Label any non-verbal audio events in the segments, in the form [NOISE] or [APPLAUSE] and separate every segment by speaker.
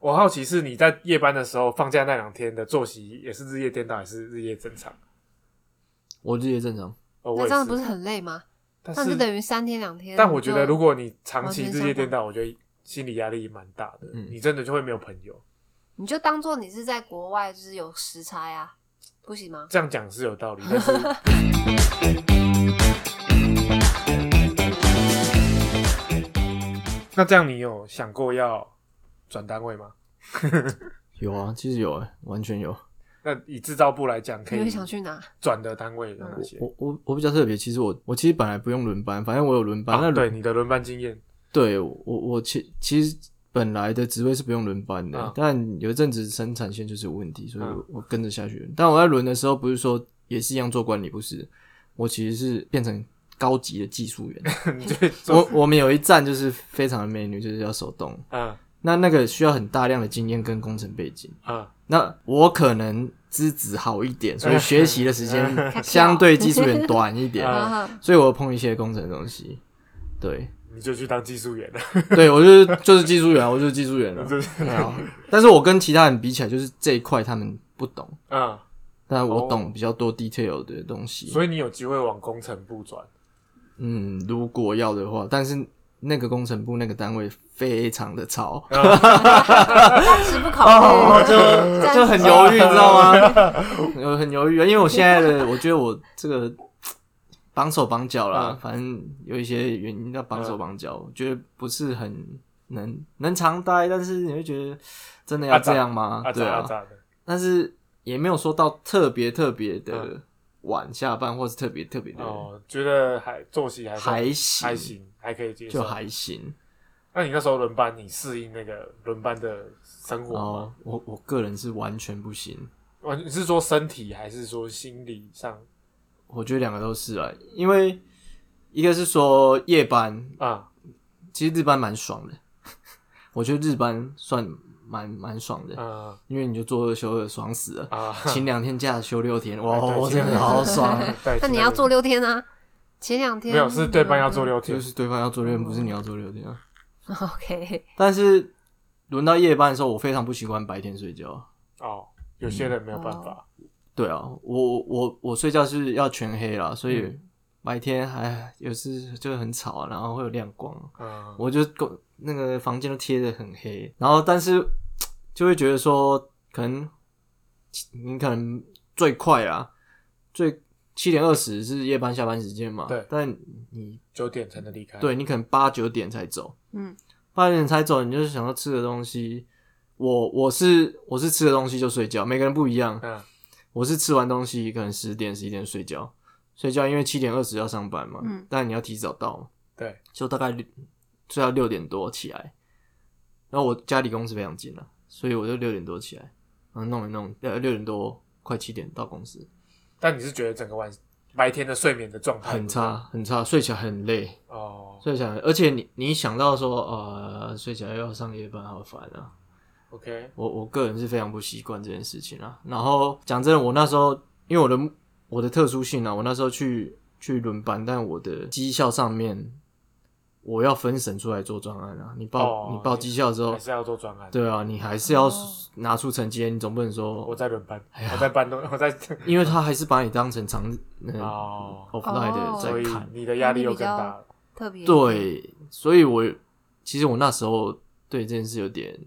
Speaker 1: 我好奇是你在夜班的时候，放假那两天的作息也是日夜颠倒，还是日夜正常？
Speaker 2: 我日夜正常，
Speaker 1: 哦，我
Speaker 3: 那
Speaker 1: 也
Speaker 3: 这样不
Speaker 1: 是。
Speaker 3: 是很累吗？
Speaker 1: 但
Speaker 3: 那
Speaker 1: 是
Speaker 3: 就，等于三天两天。
Speaker 1: 但我觉得
Speaker 3: 就
Speaker 1: 如果你长期
Speaker 3: 完全
Speaker 1: 日夜颠
Speaker 3: 相
Speaker 1: 倒，我觉得心理压力蛮大的，
Speaker 2: 嗯
Speaker 1: 你真的就会没有朋友。
Speaker 3: 你就当做你是在国外，就是有时差呀、不行吗？
Speaker 1: 这样讲是有道理，
Speaker 3: [LAUGHS]
Speaker 1: 但是那这样你有想过要转单位吗？
Speaker 2: 有啊，其实有、欸，完全有。
Speaker 1: 那以制造部来讲，可
Speaker 3: 你
Speaker 1: 以
Speaker 3: 会想去嗯哪？
Speaker 1: 转的单位有哪些？
Speaker 2: 我我我比较特别，其实我我其实本来不用轮班，反正我有轮班。那
Speaker 1: 啊，对
Speaker 2: 轮
Speaker 1: 你的轮班经验， [LAUGHS]
Speaker 2: 对我我其其实本来的职位是不用轮班的，
Speaker 1: 嗯
Speaker 2: 但有一阵子生产线就是有问题，所以我,、
Speaker 1: 嗯
Speaker 2: 我跟着下去。但我在轮的时候，不是说也是一样做管理，不是，我其实是变成高级的技
Speaker 1: [LAUGHS]
Speaker 2: 术员。
Speaker 3: [LAUGHS]
Speaker 1: 你最做
Speaker 2: 我我们有一站就是非常的美女，就是要手动。
Speaker 1: 嗯
Speaker 2: 那那个需要很大量的经验跟工程背景。
Speaker 1: 嗯
Speaker 2: 那我可能资质好一点，所以学习的
Speaker 1: [LAUGHS]
Speaker 2: 时间
Speaker 3: 跳
Speaker 2: 相对技术员短一点，
Speaker 1: 啊
Speaker 3: 啊，
Speaker 2: 所以我碰一些工程的东西。对， [LAUGHS]
Speaker 1: 你就去当技术员了。
Speaker 2: 对我就是就是技术员啊，我就是技术员了。
Speaker 1: [LAUGHS] 就
Speaker 2: 对啊但是我跟其他人比起来，就是这一块他们不懂，
Speaker 1: 嗯，
Speaker 2: 但我
Speaker 1: 哦
Speaker 2: 懂比较多 detail 的东西。
Speaker 1: 所以你有机会往工程部转。
Speaker 2: 嗯，如果要的话，但是那个工程部那个单位非常的吵。
Speaker 3: 暂时不考
Speaker 2: 哦，
Speaker 3: 虑，
Speaker 2: 就就很犹豫，你知道吗？ [LAUGHS] 我很犹豫，啊，因为我现在的我觉得我这个绑手绑脚啦，
Speaker 1: 嗯
Speaker 2: 反正有一些原因要绑手绑脚，我觉得不是很能能常待，但是你会觉得真的要
Speaker 1: 啊咋
Speaker 2: 这样吗？
Speaker 1: 啊
Speaker 2: 对
Speaker 1: 咋啊
Speaker 2: 啊，
Speaker 1: 咋的，
Speaker 2: 但是也没有说到特别特别的晚下班，或是特别特别的
Speaker 1: 嗯哦，觉得还作息还
Speaker 2: 还行，
Speaker 1: 还，行，还可以接受。
Speaker 2: 就还行。
Speaker 1: 那你那时候轮班，你适应那个轮班的生活吗？
Speaker 2: 哦，我我个人是完全不行。
Speaker 1: 哦，你是说身体还是说心理上
Speaker 2: 我觉得两个都是啊，因为一个是说夜班，
Speaker 1: 啊？
Speaker 2: 其实日班蛮爽的，我觉得日班算蛮蛮爽的，
Speaker 1: 嗯
Speaker 2: 因为你就做二休二，爽死了，
Speaker 1: 啊，
Speaker 2: [LAUGHS] 请两天假休六天，
Speaker 1: 哎 [LAUGHS]
Speaker 2: 哇，
Speaker 1: 对
Speaker 2: 我
Speaker 1: 请
Speaker 2: 真的
Speaker 1: 两
Speaker 2: 好
Speaker 1: 天
Speaker 2: 爽啊。
Speaker 1: 对
Speaker 3: 那你要做六天啊？前两天
Speaker 1: 没有？是对班要做六
Speaker 2: 就
Speaker 1: 天，
Speaker 2: 是对方要做六天，不是你要做六天啊。
Speaker 3: OK， [LAUGHS]
Speaker 2: 但是轮到夜班的时候，我非常不习惯白天睡觉。
Speaker 1: 哦，有些人没有办法，
Speaker 2: 对啊，我我我睡觉是要全黑啦，所
Speaker 1: 嗯
Speaker 2: 以白天还有时就很吵啊，然后会有亮光啊。
Speaker 3: 哦
Speaker 1: 嗯
Speaker 2: 我就够那个房间都贴的很黑，然后但是就会觉得说，可能你可能最快啊，最七点二十是夜班下班时间嘛，
Speaker 1: 对
Speaker 2: 但你
Speaker 1: 九点才能离开，
Speaker 2: 对你可能八九点才走，
Speaker 3: 嗯，
Speaker 2: 八点才走，你就是想要吃的东西，我我是我是吃的东西就睡觉，每个人不一样，
Speaker 1: 嗯
Speaker 2: 我是吃完东西可能十点十一点睡觉，睡觉因为七点二十要上班嘛，
Speaker 3: 嗯
Speaker 2: 但你要提早到嘛，
Speaker 1: 对，
Speaker 2: 就大概六睡到六点多起来，然后我家离公司非常近了、啊所以我就六点多起来，然后弄一弄，呃，六点多快七点到公司，
Speaker 1: 但你是觉得整个晚白天的睡眠的状态
Speaker 2: 很差很差，睡起来很累，
Speaker 1: 哦
Speaker 2: 睡起来很，而且你你想到说，呃，睡起来又要上夜班，好烦啊！
Speaker 1: ，OK，
Speaker 2: 我我个人是非常不习惯这件事情啊。然后讲真的，我那时候因为我的我的特殊性啊，我那时候去去轮班，但我的绩效上面我要分神出来做专案啊。你报、
Speaker 1: 哦
Speaker 2: 你报绩效之后
Speaker 1: 还，是要做专案，
Speaker 2: 对啊，你还是要
Speaker 3: 哦
Speaker 2: 拿出成绩，你总不能
Speaker 1: 我
Speaker 2: 说，
Speaker 1: 在轮班
Speaker 2: 哎呀，
Speaker 1: 我在班都我 [LAUGHS] 在
Speaker 2: 因为他还是把你当成常呃
Speaker 1: 哦，
Speaker 2: offline 的
Speaker 3: 哦
Speaker 2: 在
Speaker 1: 所以
Speaker 2: 看。
Speaker 1: 你的压力又更大了，
Speaker 3: 特别，
Speaker 2: 对，所以我其实我那时候对这件事有点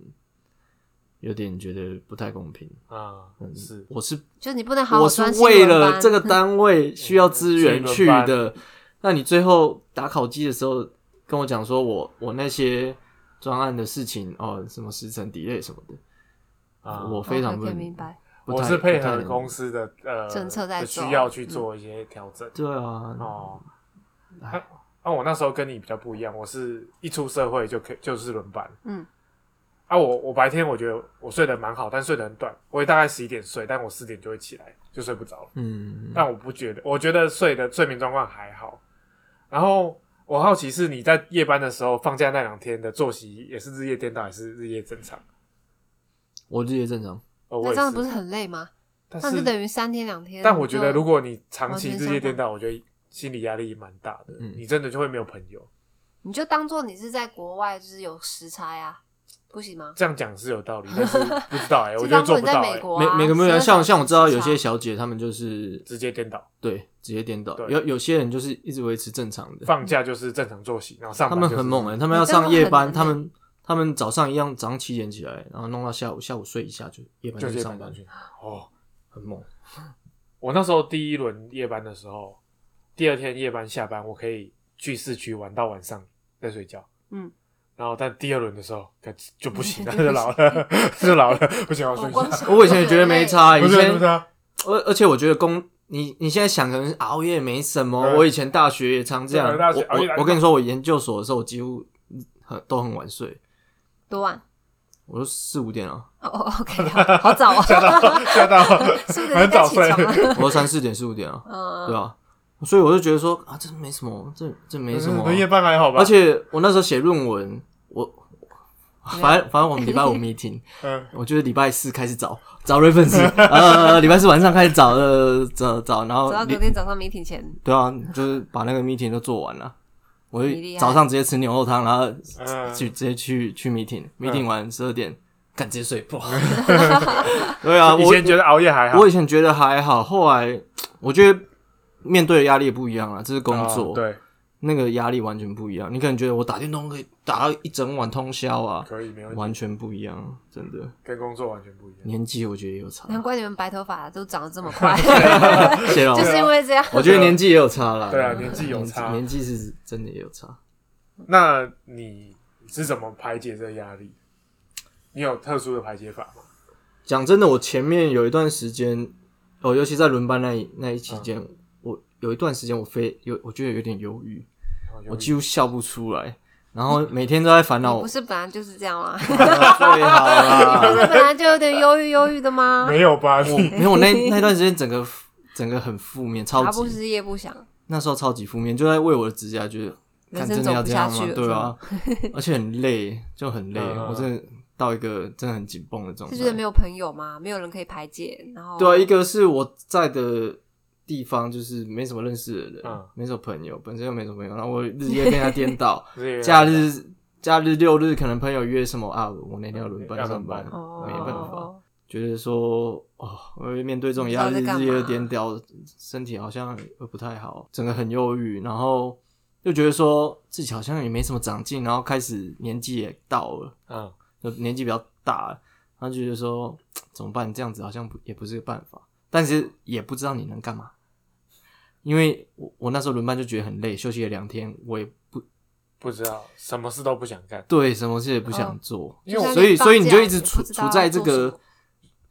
Speaker 2: 有点觉得不太公平。
Speaker 1: 啊，
Speaker 2: 嗯
Speaker 1: 是
Speaker 2: 我是
Speaker 3: 就是你不能好好
Speaker 2: 我是
Speaker 3: 专心
Speaker 2: 为
Speaker 3: 轮
Speaker 2: 了
Speaker 3: 班嗯
Speaker 2: 这个单位需要资源去
Speaker 1: 嗯去
Speaker 2: 的。那你最后打烤鸡的时候跟我讲说我，我那些专案的事情哦，什么时辰 delay 什么的，
Speaker 1: 啊，
Speaker 2: 我非常不
Speaker 3: 哦 OK，明白。
Speaker 2: 不
Speaker 1: 我
Speaker 2: 太
Speaker 1: 是配
Speaker 2: 不太
Speaker 1: 合
Speaker 2: 能
Speaker 1: 公司的呃
Speaker 3: 政策在
Speaker 1: 的
Speaker 3: 走
Speaker 1: 需要去做一些调整。
Speaker 2: 对啊，
Speaker 1: 哦，
Speaker 2: 哎
Speaker 1: 那那我那时候跟你比较不一样，我是一出社会就可以就是轮班。
Speaker 3: 嗯，
Speaker 1: 啊我，我白天我觉得我睡得蛮好，但睡得很短，我也大概十一点睡，但我四点就会起来，就睡不着了。
Speaker 2: 嗯，
Speaker 1: 但我不觉得，我觉得睡的睡眠状况还好。然后我好奇是你在夜班的时候，放假那两天的作息也是日夜颠倒，还是日夜正常？
Speaker 2: 我日夜正常，
Speaker 1: 哦，我
Speaker 3: 那
Speaker 1: 也
Speaker 3: 这样不
Speaker 1: 是，
Speaker 3: 是很累吗？
Speaker 1: 但
Speaker 3: 那就是等于三天两天。
Speaker 1: 但我觉得，
Speaker 3: 就
Speaker 1: 如果你长期
Speaker 3: 完全
Speaker 1: 日
Speaker 3: 相
Speaker 1: 夜
Speaker 3: 反
Speaker 1: 颠倒，我觉得心理压力蛮大的。
Speaker 2: 嗯
Speaker 1: 你真的就会没有朋友。
Speaker 3: 你就当做你是在国外，就是有时差呀、不行吗？
Speaker 1: 这样讲是有道理，但
Speaker 3: [LAUGHS]
Speaker 1: 是不知道哎、我觉
Speaker 3: 这
Speaker 1: 得
Speaker 3: 张不
Speaker 1: 做
Speaker 3: 能
Speaker 1: 不到
Speaker 3: 在
Speaker 1: 哎、
Speaker 3: 美国
Speaker 2: 每
Speaker 3: 啊，
Speaker 2: 每个没
Speaker 3: 12
Speaker 2: 有像像我知道有
Speaker 3: 小
Speaker 2: 些
Speaker 3: 时
Speaker 2: 小姐她们就是
Speaker 1: 直接颠倒，
Speaker 2: 对直接颠倒，
Speaker 1: 对
Speaker 2: 有有些人就是一直维持正常的，
Speaker 1: 放假就是正常作息，然后上
Speaker 2: 他
Speaker 1: 班、
Speaker 2: 们
Speaker 1: 就是、
Speaker 2: 很猛哎、
Speaker 1: 哎、
Speaker 2: 他们要
Speaker 3: 你真的
Speaker 2: 上夜班，
Speaker 3: 很
Speaker 2: 他们他们早上一样早上七点起来，然后弄到下午，下午睡一下就夜班
Speaker 1: 就
Speaker 2: 去
Speaker 1: 夜
Speaker 2: 欸上
Speaker 1: 班
Speaker 2: 班，
Speaker 1: 去。哦，
Speaker 2: 很猛。
Speaker 1: 我那时候第一轮夜班的时候，第二天夜班下班，我可以去市区玩到晚上再睡觉。
Speaker 3: 嗯，
Speaker 1: 然后但第二轮的时候看就不行
Speaker 3: [LAUGHS]
Speaker 1: 了，
Speaker 3: 就不行
Speaker 1: 就老了，就老了，不行，我
Speaker 3: 我
Speaker 1: 睡
Speaker 3: 光
Speaker 1: 觉。
Speaker 3: 想
Speaker 2: 我以前也觉得没差，欸
Speaker 1: 不
Speaker 2: 以
Speaker 1: 是不
Speaker 2: 前
Speaker 1: 是啊，
Speaker 2: 而而且我觉得工，你你现在想可能是熬夜没什么，
Speaker 1: 对啊
Speaker 2: 我以前大学也常这样。
Speaker 1: 对啊大学
Speaker 2: 我
Speaker 1: 熬夜来
Speaker 2: 我我跟你说，我研究所的时候，我几乎很都很晚睡，
Speaker 3: 多晚
Speaker 2: 我都四五点啊， [LAUGHS]
Speaker 3: 哦哦，OK，好好早哦，
Speaker 1: 吓到吓到，
Speaker 3: 是不是
Speaker 1: 很早睡
Speaker 3: 该起床了？
Speaker 2: 我都三四点四五点啊，对
Speaker 3: 嗯，
Speaker 2: 吧、所以我就觉得说啊，这没什么，这这没什么啊、
Speaker 1: 嗯夜班还好吧？
Speaker 2: 而且我那时候写论文，我反正反正我们礼拜五 meeting，
Speaker 1: 嗯，
Speaker 2: 我就是礼拜四开始找找
Speaker 3: [LAUGHS]
Speaker 2: reference，呃，礼拜四晚上开始找呃找找，然后
Speaker 3: 直到
Speaker 2: 礼
Speaker 3: 隔天早上 meeting 前，
Speaker 2: 对啊，就是把那个 meeting 都做完了。我
Speaker 3: 你厉害
Speaker 2: 早上直接吃牛肉汤，然后
Speaker 1: 嗯
Speaker 2: 去直接去去 meeting，meeting
Speaker 1: 嗯
Speaker 2: 完十二点，赶直接睡
Speaker 3: [LAUGHS]
Speaker 2: 破。对啊，
Speaker 1: 以
Speaker 2: 我
Speaker 1: 前觉得熬夜还好，
Speaker 2: 我以前觉得还好，后来我觉得面对的压力也不一样了，啊这是工作，
Speaker 1: 哦对，
Speaker 2: 那个压力完全不一样。你可能觉得我打电动可以打到一整晚通宵啊，
Speaker 1: 可以没问题，
Speaker 2: 完全不一样，真的。
Speaker 1: 跟工作完全不一样。
Speaker 2: 年纪我觉得也有差，
Speaker 3: 难怪你们白头发都长得这么快，
Speaker 2: 谢了
Speaker 3: [LAUGHS] 就。是因为这样。
Speaker 2: [LAUGHS] 我觉得年纪也有差啦，
Speaker 1: 对啊年纪有差
Speaker 2: 年纪年纪是真的也有差。
Speaker 1: 那你是怎么排解这个压力？你有特殊的排解法吗？
Speaker 2: 讲真的，我前面有一段时间，哦，尤其在轮班那一那一期间，
Speaker 1: 嗯
Speaker 2: 我有一段时间我非有，我觉得有点忧郁，我几乎笑不出来，然后每天都在烦恼
Speaker 3: 你不。是本来就是这样吗？
Speaker 2: [LAUGHS] 最好
Speaker 3: [LAUGHS] 不
Speaker 2: 啦，
Speaker 3: 是本来就有点忧郁忧郁的吗？
Speaker 1: 没有吧？
Speaker 2: 我
Speaker 1: 你
Speaker 2: 没有那那段时间整个整个很负面，超
Speaker 3: 啊茶不
Speaker 2: 级
Speaker 3: 思夜不想，
Speaker 2: 那时候超级负面，就在为我的指甲觉得，看
Speaker 3: 人
Speaker 2: 真的
Speaker 3: 生走
Speaker 2: 要
Speaker 3: 不
Speaker 2: 这
Speaker 3: 下
Speaker 2: 样吗
Speaker 3: 去？了，
Speaker 2: 对啊，
Speaker 3: [LAUGHS]
Speaker 2: 而且很累，就很累，
Speaker 1: 嗯
Speaker 2: 我真的到一个真的很紧绷的状态。
Speaker 3: 是觉得没有朋友吗？没有人可以排解，然后
Speaker 2: 对啊，一个是我在的地方就是没什么认识的人，
Speaker 1: 嗯
Speaker 2: 没什么朋友，本身又没什么朋友，然后我日夜跟他颠
Speaker 3: [LAUGHS]
Speaker 2: 倒，
Speaker 3: 啊
Speaker 1: 是
Speaker 2: 假日假日六日可能朋友约什么啊，我那天要轮
Speaker 1: 要
Speaker 2: 班
Speaker 1: 轮
Speaker 2: 上
Speaker 1: 班
Speaker 2: 班，
Speaker 3: 哦
Speaker 2: 没办法，觉得说哦，我面对这种
Speaker 3: 不知
Speaker 2: 压
Speaker 3: 道
Speaker 2: 力，
Speaker 3: 在干
Speaker 2: 日
Speaker 3: 嘛
Speaker 2: 夜颠倒，身体好像又不太好，整个很忧郁，然后。就觉得说自己好像也没什么长进，然后开始年纪也到了，
Speaker 1: 嗯，
Speaker 2: 就年纪比较大了，他就觉得说怎么办？这样子好像不也不是个办法，但是也不知道你能干嘛。因为我我那时候轮班就觉得很累，休息了两天，我也不
Speaker 1: 不知道，什么事都不想干，
Speaker 2: 对什么事也不想做，
Speaker 1: 因为
Speaker 3: 嗯就
Speaker 1: 我
Speaker 3: 像
Speaker 2: 所以
Speaker 3: 你放
Speaker 2: 所以你
Speaker 3: 假
Speaker 2: 就一直
Speaker 3: 也
Speaker 2: 处
Speaker 3: 不知道
Speaker 2: 处在
Speaker 3: 要
Speaker 2: 这
Speaker 3: 做什
Speaker 2: 个
Speaker 3: 么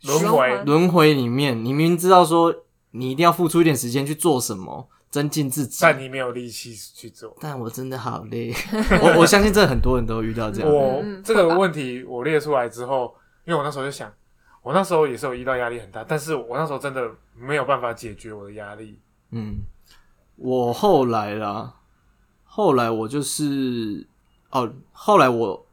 Speaker 1: 轮回
Speaker 3: 循环
Speaker 2: 轮回里面。你明明知道说你一定要付出一点时间去做什么，增进自己，
Speaker 1: 但你没有力气去做。
Speaker 2: 但我真的好累。 [LAUGHS] 我我相信这很多人都遇到这样的，
Speaker 1: 我
Speaker 3: 嗯
Speaker 1: [LAUGHS] 这个问题我列出来之后，因为我那时候就想，我那时候也是有遇到压力很大，但是我那时候真的没有办法解决我的压力。
Speaker 2: 嗯，我后来啦，后来我就是哦，后来我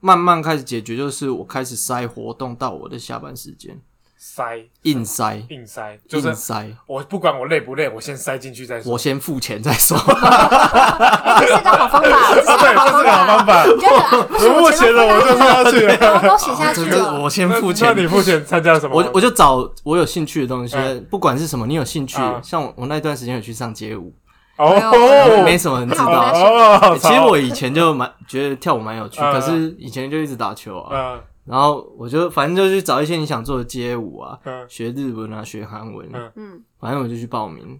Speaker 2: 慢慢开始解决，就是我开始塞活动到我的下班时间，
Speaker 1: 塞
Speaker 2: 硬塞，
Speaker 1: 硬塞，就
Speaker 2: 硬
Speaker 1: 是
Speaker 2: 塞，
Speaker 1: 我不管我累不累，我先塞进去再说。
Speaker 2: [LAUGHS] 我先付钱再说。
Speaker 3: 这是个好方法，这
Speaker 1: [LAUGHS] 对，这是个好方
Speaker 3: 法。
Speaker 1: 法。
Speaker 3: 你觉
Speaker 1: [LAUGHS]
Speaker 3: 得啊不是
Speaker 1: 我目前
Speaker 3: 钱
Speaker 1: 的
Speaker 3: 都
Speaker 1: 我就是要去
Speaker 3: [LAUGHS]
Speaker 1: 了。
Speaker 3: 都都写下去
Speaker 2: 真的
Speaker 3: 了，
Speaker 2: [LAUGHS] 我先付
Speaker 1: 那你
Speaker 2: 钱。
Speaker 1: 付钱参加什么？
Speaker 2: 我我就找我有兴趣的东西
Speaker 1: 嗯，
Speaker 2: 不管是什么，你有兴趣
Speaker 1: 啊，
Speaker 2: 像我我那段时间有去上街舞，
Speaker 1: 哦，
Speaker 2: 没什么人知
Speaker 3: 好
Speaker 2: 道哎
Speaker 3: 吧。
Speaker 1: 哦，
Speaker 2: 其实我以前就蛮觉得跳舞蛮有趣，
Speaker 1: 嗯
Speaker 2: 可是以前就一直打球啊，
Speaker 1: 嗯
Speaker 2: 然后我就反正就去找一些你想做的街舞啊，
Speaker 1: 嗯
Speaker 2: 学日文啊，学韩文，
Speaker 1: 嗯
Speaker 3: 嗯，
Speaker 2: 反正我就去报名。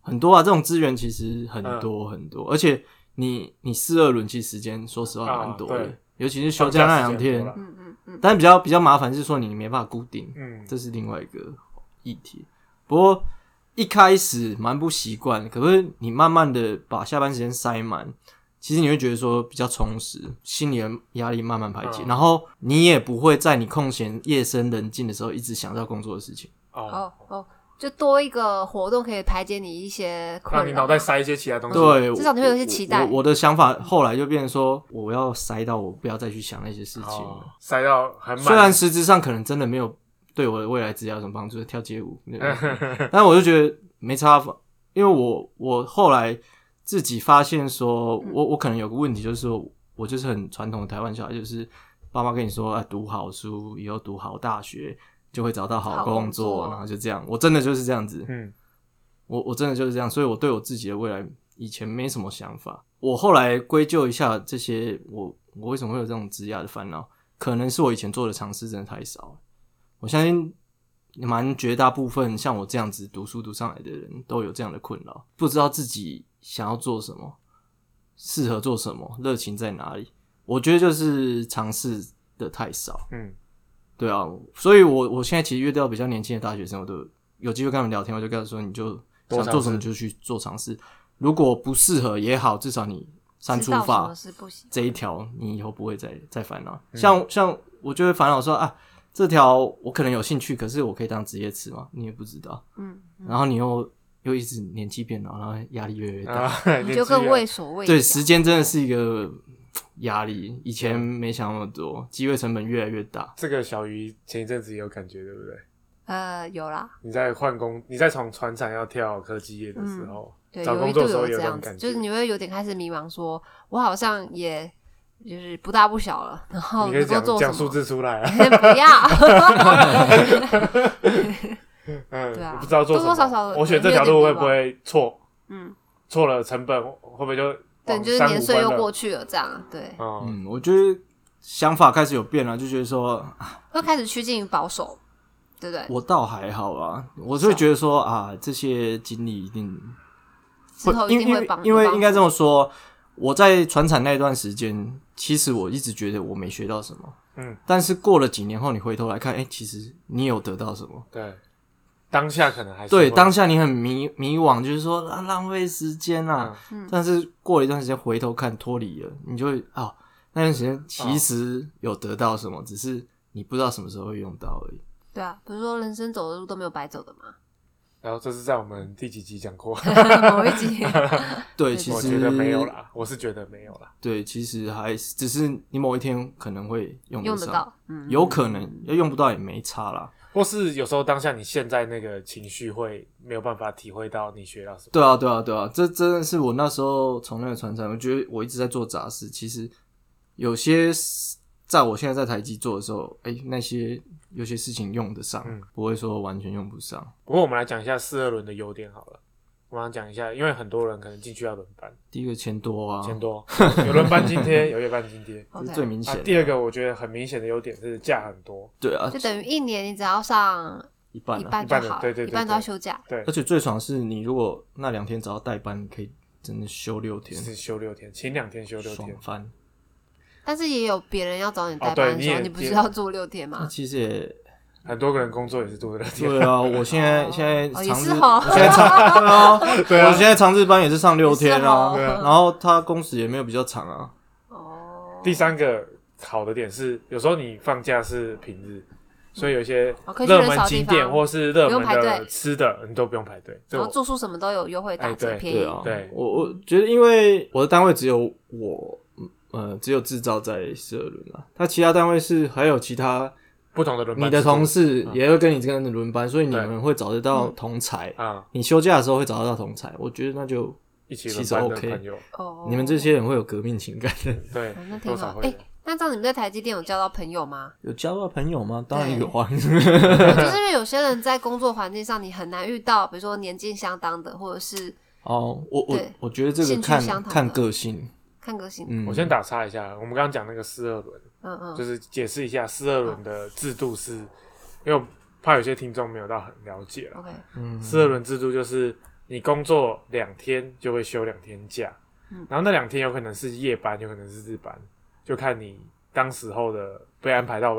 Speaker 2: 很多啊，这种资源其实很
Speaker 1: 嗯
Speaker 2: 多很多，而且你你四二轮其实时间说实话
Speaker 1: 啊
Speaker 2: 蛮多的，
Speaker 1: 对
Speaker 2: 尤其是休假那两
Speaker 1: 放假时间很
Speaker 2: 天
Speaker 1: 多啦，
Speaker 3: 嗯嗯嗯，
Speaker 2: 但比较比较麻烦是说你没办法固定，
Speaker 1: 嗯
Speaker 2: 这是另外一个议题。不过一开始蛮不习惯，可是你慢慢的把下班时间塞满，其实你会觉得说比较充实，心理的压力慢慢排解，
Speaker 1: 嗯
Speaker 2: 然后你也不会在你空闲、夜深人静的时候一直想到工作的事情。
Speaker 1: 哦
Speaker 3: 哦，哦，就多一个活动可以排解你一些
Speaker 1: 让
Speaker 3: 困
Speaker 1: 你
Speaker 3: 扰。
Speaker 1: 脑袋塞一些其他东西。
Speaker 2: 对，
Speaker 3: 嗯至少你会有一些期待
Speaker 2: 我我我的想法后来就变成说，我要塞到我不要再去想那些事情
Speaker 1: 哦
Speaker 2: 了。
Speaker 1: 塞到很满。
Speaker 2: 虽
Speaker 1: [LAUGHS]
Speaker 2: 然实质上可能真的没有对我的未来职业有什么帮助，跳街舞，
Speaker 3: [LAUGHS]
Speaker 1: 嗯
Speaker 2: 但我就觉得没差，啊因为我我后来自
Speaker 3: 嗯
Speaker 2: 己发现说，我我可能有个问题，就是说我就是很传统的台湾小孩，就是爸妈跟你说，啊，读好书，以后读好大学就会找到好
Speaker 3: 好
Speaker 2: 工
Speaker 3: 工作
Speaker 2: 然后就这样。我真的就是这样子，
Speaker 1: 嗯，
Speaker 2: 我我真的就是这样，所以我对我自己的未来以前没什么想法。我后来归咎一下这些，我我为什么会有这种职业的烦恼，可能是我以前做的尝试真的太少了。我相信蛮绝大部分像我这样子读书读上来的人都有这样的困扰，不知道自己想要做什么，适合做什么，热情在哪里。我觉得就是尝试的太少。
Speaker 1: 嗯，
Speaker 2: 对啊，所以我我现在其实遇到比较年轻的大学生，我都有机会跟他们聊天，我就跟他说，你就想做什么就去做尝试，如果不适合也好，至少你删除
Speaker 3: 知道什
Speaker 2: 法
Speaker 3: 么是不行。
Speaker 2: 这一条，你以后不会再再烦恼。像像我就会烦恼说啊，这条我可能有兴趣，可是我可以当职业吃吗？你也不知道，
Speaker 3: 嗯，嗯
Speaker 2: 然后你又又一直年纪变老，然后压力越来越大，
Speaker 1: 啊，
Speaker 3: 你
Speaker 1: [LAUGHS] 年
Speaker 3: 就
Speaker 1: 纪
Speaker 3: 更
Speaker 1: 了
Speaker 3: 畏手畏脚
Speaker 2: 对，时间真的是一个嘖压力，以前没想那么多，机会成本越来越大。
Speaker 1: 这个小鱼前一阵子也有感觉，对不对？
Speaker 3: 呃有啦，
Speaker 1: 你在换工，你在从船厂要跳科技业的时候，
Speaker 3: 嗯对，
Speaker 1: 找
Speaker 3: 有
Speaker 1: 工
Speaker 3: 一
Speaker 1: 作的
Speaker 3: 度
Speaker 1: 时候
Speaker 3: 有
Speaker 1: 有这
Speaker 3: 这
Speaker 1: 种
Speaker 3: 样
Speaker 1: 感
Speaker 3: 子，
Speaker 1: 觉，
Speaker 3: 就是你会有点开始迷茫说，我好像也就是不大不小了，然后
Speaker 1: 你可以
Speaker 3: 能够
Speaker 1: 讲
Speaker 3: 做
Speaker 1: 讲
Speaker 3: 什
Speaker 1: 数
Speaker 3: 么？
Speaker 1: 字出来啊，
Speaker 3: 不
Speaker 1: [LAUGHS]
Speaker 3: 要， [LAUGHS]
Speaker 1: 嗯，
Speaker 3: 对啊
Speaker 1: 我不知道做什么，
Speaker 3: 多多少少
Speaker 1: 我选这条路会不
Speaker 3: 有
Speaker 1: 会错？
Speaker 3: 嗯，
Speaker 1: 错了成本会不会就
Speaker 3: 对，
Speaker 1: 往
Speaker 3: 就是
Speaker 1: 山
Speaker 3: 年
Speaker 1: 谷
Speaker 3: 岁又
Speaker 1: 奔了
Speaker 3: 过去了，这样对，
Speaker 1: 嗯，
Speaker 2: 嗯，我觉得想法开始有变了，就觉得说啊
Speaker 3: 会开始趋近于保守，对不对？
Speaker 2: 我倒还好啊，我是会觉得说啊，这些经历一定
Speaker 3: 之后一
Speaker 2: 因为
Speaker 3: 定
Speaker 2: 因
Speaker 3: 会
Speaker 2: 为
Speaker 3: 帮，
Speaker 2: 因为应该这
Speaker 3: 么
Speaker 2: 么说，我在船产那段时间，其实我一直觉得我没学到什么，
Speaker 1: 嗯，
Speaker 2: 但是过了几年后，你回头来看，哎、其实你有得到什么？
Speaker 1: 对，当下可能还是
Speaker 2: 对，
Speaker 1: 会
Speaker 2: 当下你很迷迷惘，就是说啊，浪费时间啦、
Speaker 1: 嗯
Speaker 2: 但是过了一段时间，回头看脱离了，你就会啊，那段时
Speaker 3: 哦
Speaker 2: 间其实有得到什么，只是你不知道什么时候会用到而已。
Speaker 3: 对啊，不是说人生走的路都没有白走的吗？
Speaker 1: 然后这是在我们第几集讲
Speaker 3: [LAUGHS]
Speaker 1: 过，
Speaker 3: 某一集，
Speaker 2: 对，
Speaker 3: 对
Speaker 2: 其实
Speaker 1: 我觉得没有啦，我是觉得没有啦，
Speaker 2: 对，其实还是只是你某一天可能会用
Speaker 3: 用
Speaker 2: 上，
Speaker 3: 得到，嗯，
Speaker 2: 有可能要用不到也没差啦。
Speaker 1: 或是有时候当下你现在那个情绪会没有办法体会到你学到什么，
Speaker 2: 对啊，对啊，对啊，这真的是我那时候从那个船上，我觉得我一直在做杂事，其实有些是在我现在在台积做的时候，哎、那些有些事情用得上，
Speaker 1: 嗯
Speaker 2: 不会说完全用不上。
Speaker 1: 不过我们来讲一下四二轮的优点好了。我们来讲一下，因为很多人可能进去要轮班，
Speaker 2: 第一个钱多啊，
Speaker 1: 钱多，有轮班津贴，有夜班津贴。
Speaker 2: 这
Speaker 3: OK
Speaker 2: 是最 [LAUGHS] 明显
Speaker 1: 啊
Speaker 2: 的、，
Speaker 1: 第二个我觉得很明显的优点是假很多，
Speaker 2: 对啊
Speaker 3: 就，等于一年你只要上
Speaker 2: 一半
Speaker 3: 一
Speaker 2: 啊，
Speaker 1: 一
Speaker 3: 半就
Speaker 1: 半
Speaker 3: 好
Speaker 1: 的
Speaker 3: 了，
Speaker 1: 对对对
Speaker 3: 一半都要
Speaker 1: 对
Speaker 3: 休假，
Speaker 1: 对
Speaker 2: 而，且最爽是你如果那两天只要代班，你可以真的休六天，
Speaker 1: 是休六天，请两天休六
Speaker 2: 爽
Speaker 1: 天，
Speaker 2: 翻。
Speaker 3: 但是也有别人要找你代
Speaker 1: 哦对
Speaker 3: 班的
Speaker 1: 你
Speaker 3: 时候，
Speaker 1: 也
Speaker 3: 你不
Speaker 1: 也
Speaker 3: 是要做六天
Speaker 2: 那
Speaker 3: 吗？
Speaker 2: 其实也
Speaker 1: 很多个人工作也是度六天，
Speaker 2: [LAUGHS] 对啊，我现在
Speaker 3: 哦
Speaker 2: 现在
Speaker 3: 哦
Speaker 2: 长
Speaker 3: 也
Speaker 2: 日，
Speaker 3: 是哦
Speaker 2: 我现在长 [LAUGHS] 对啊，
Speaker 1: [LAUGHS] 对啊
Speaker 2: 我现在长日班也是上六天啊，
Speaker 3: 也是哦对啊
Speaker 2: 然后他工时也没有比较长啊，
Speaker 3: 哦，
Speaker 1: 第三个好的点是，有时候你放假是平日，所以有一些
Speaker 3: 哦可以去
Speaker 1: 热
Speaker 3: 人
Speaker 1: 门
Speaker 3: 少的
Speaker 1: 景
Speaker 3: 地方
Speaker 1: 点或是热
Speaker 3: 不用
Speaker 1: 门
Speaker 3: 排
Speaker 1: 的
Speaker 3: 队
Speaker 1: 吃的，你都不用排队。这
Speaker 3: 然后
Speaker 1: 我
Speaker 3: 住宿什么都有优惠打
Speaker 1: 哎
Speaker 3: 折
Speaker 1: 对
Speaker 3: 便宜
Speaker 2: 对，啊，
Speaker 1: 对
Speaker 2: 我我觉得因为我的单位只有我，呃，只有制造在社轮啊，他其他单位是还有其他
Speaker 1: 不同的轮班制
Speaker 2: 你
Speaker 1: 度，
Speaker 2: 的同事也会跟你这个人轮班，所以你
Speaker 1: 对
Speaker 2: 们会找得到
Speaker 3: 嗯
Speaker 2: 同才，
Speaker 1: 啊，
Speaker 2: 你休假的时候会找得到同才，我觉得那就
Speaker 1: 一起
Speaker 2: 其
Speaker 1: 轮
Speaker 2: 实
Speaker 1: 班的
Speaker 2: OK
Speaker 1: 朋友，
Speaker 3: 哦，
Speaker 2: 你们这些人会有革命情感的，？
Speaker 1: 对
Speaker 3: 哦那，挺
Speaker 1: 多少
Speaker 3: 好。
Speaker 1: 会
Speaker 3: 哎
Speaker 1: 有。，
Speaker 3: 那这样你们在台积电有交到朋友吗
Speaker 2: [LAUGHS] [LAUGHS] 有交到朋友吗？当然有啊。
Speaker 3: 就是因为有些人在工作环境上你很难遇到，比如说年纪相当的，或者是
Speaker 2: [LAUGHS] 哦，我我
Speaker 3: 对
Speaker 2: 我觉得这个
Speaker 3: 兴趣
Speaker 2: 看
Speaker 3: 相同的
Speaker 2: 看个性，
Speaker 3: 看个性，
Speaker 2: 嗯，
Speaker 1: 我先打岔一下，我们刚刚讲那个四二轮，
Speaker 3: 嗯
Speaker 1: 就
Speaker 3: 嗯，
Speaker 1: 是解释一下四二轮的制度是，因为我怕有些听众没有到很了解啦。
Speaker 3: OK，
Speaker 1: 四二轮制度就是你工作两天就会休两天假，
Speaker 3: 嗯
Speaker 1: 然后那两天有可能是夜班，有可能是日班，就看你当时候的被安排到